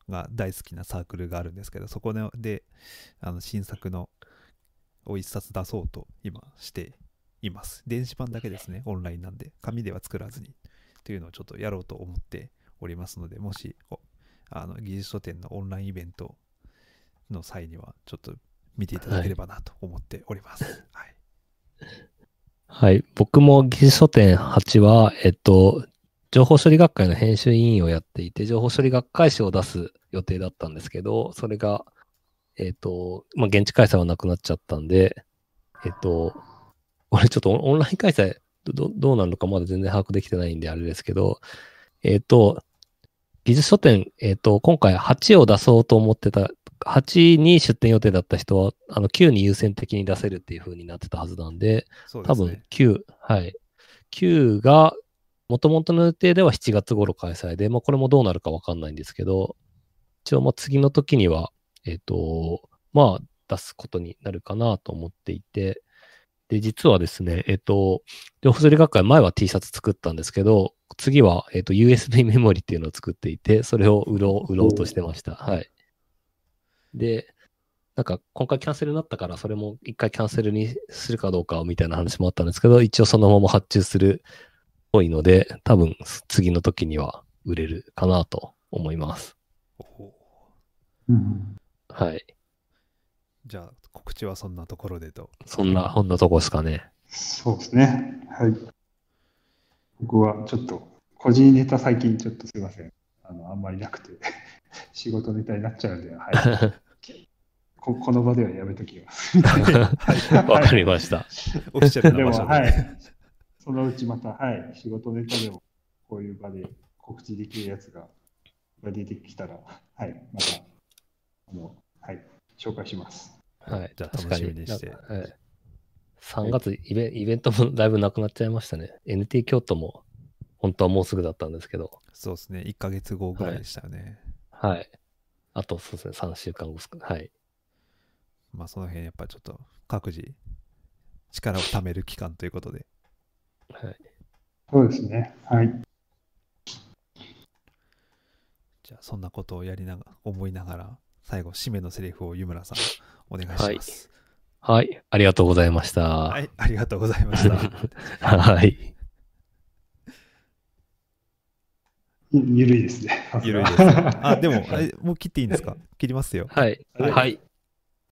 B: が大好きなサークルがあるんですけど、そこでであの新作のを一冊出そうと今しています。電子版だけですね、オンラインなんで、紙では作らずにというのをちょっとやろうと思っておりますので、もし、おあの技術書店のオンラインイベントの際には、ちょっと見ていただければなと思っております。はい。
A: はい。僕も技術書店8は、えっと、情報処理学会の編集委員をやっていて、情報処理学会誌を出す予定だったんですけど、それが、えっと、まあ、現地開催はなくなっちゃったんで、えっと、これちょっとオンオンライン開催ど、どどうなるのかまだ全然把握できてないんであれですけど、えっと、技術書店、えっと、今回8を出そうと思ってた、8に出店予定だった人は、あの、9に優先的に出せるっていう風になってたはずなんで、
B: そうで
A: 多
B: す
A: 分
B: ね。
A: 9、はい。9が、もともとの予定では7月頃開催で、まあこれもどうなるかわかんないんですけど、一応まあ次の時には、えっ、と、まあ出すことになるかなと思っていて、で、実はですね、えっ、と、情報処理学会前は T シャツ作ったんですけど、次は、えっ、と、USB メモリっていうのを作っていて、それを売ろう、売ろうとしてました。はい。で、なんか今回キャンセルになったから、それも一回キャンセルにするかどうかみたいな話もあったんですけど、一応そのまま発注するっぽいので、多分次の時には売れるかなと思います。
B: おお
C: うん
A: はい。
B: じゃあ告知はそんなところでと。
A: そんな、こんなとこですかね。
C: そうですね。はい。僕はちょっと、個人ネタ最近ちょっとすいません。あの、あんまりなくて、 仕事ネタになっちゃうんで、はい。ここの場ではやめときます。
A: わかりました。
B: オフィシャル
C: で
B: な
C: も、
B: 場所で。
C: はい。そのうちまた、はい。仕事ネタでも、こういう場で告知できるやつがが出てきたら、はい。また、あの、はい。紹介します。
A: はい。
B: じゃあ
A: 確か
B: 楽しみにして
A: なんかはい3月イベ、イベントも だいぶなくなっちゃいましたね。NT 京都も、本当はもうすぐだったんですけど、
B: そうですね。1ヶ月後ぐらいでしたよね。
A: はい。あと、そうですね、3週間後ですか。はい。
B: まあその辺やっぱちょっと各自力を貯める期間ということで。
A: はい、
C: そうですね。はい。
B: じゃあそんなことをやりなが思いながら最後締めのセリフを湯村さんお願いします。
A: はい。ありがとうございました。
B: は、
A: はいい。
B: ありがとうございました。
C: ゆゆるいですね。
B: ゆるいです。あでもあれもう切っていいんですか？切りますよ。
A: はい。
C: はい
A: はい。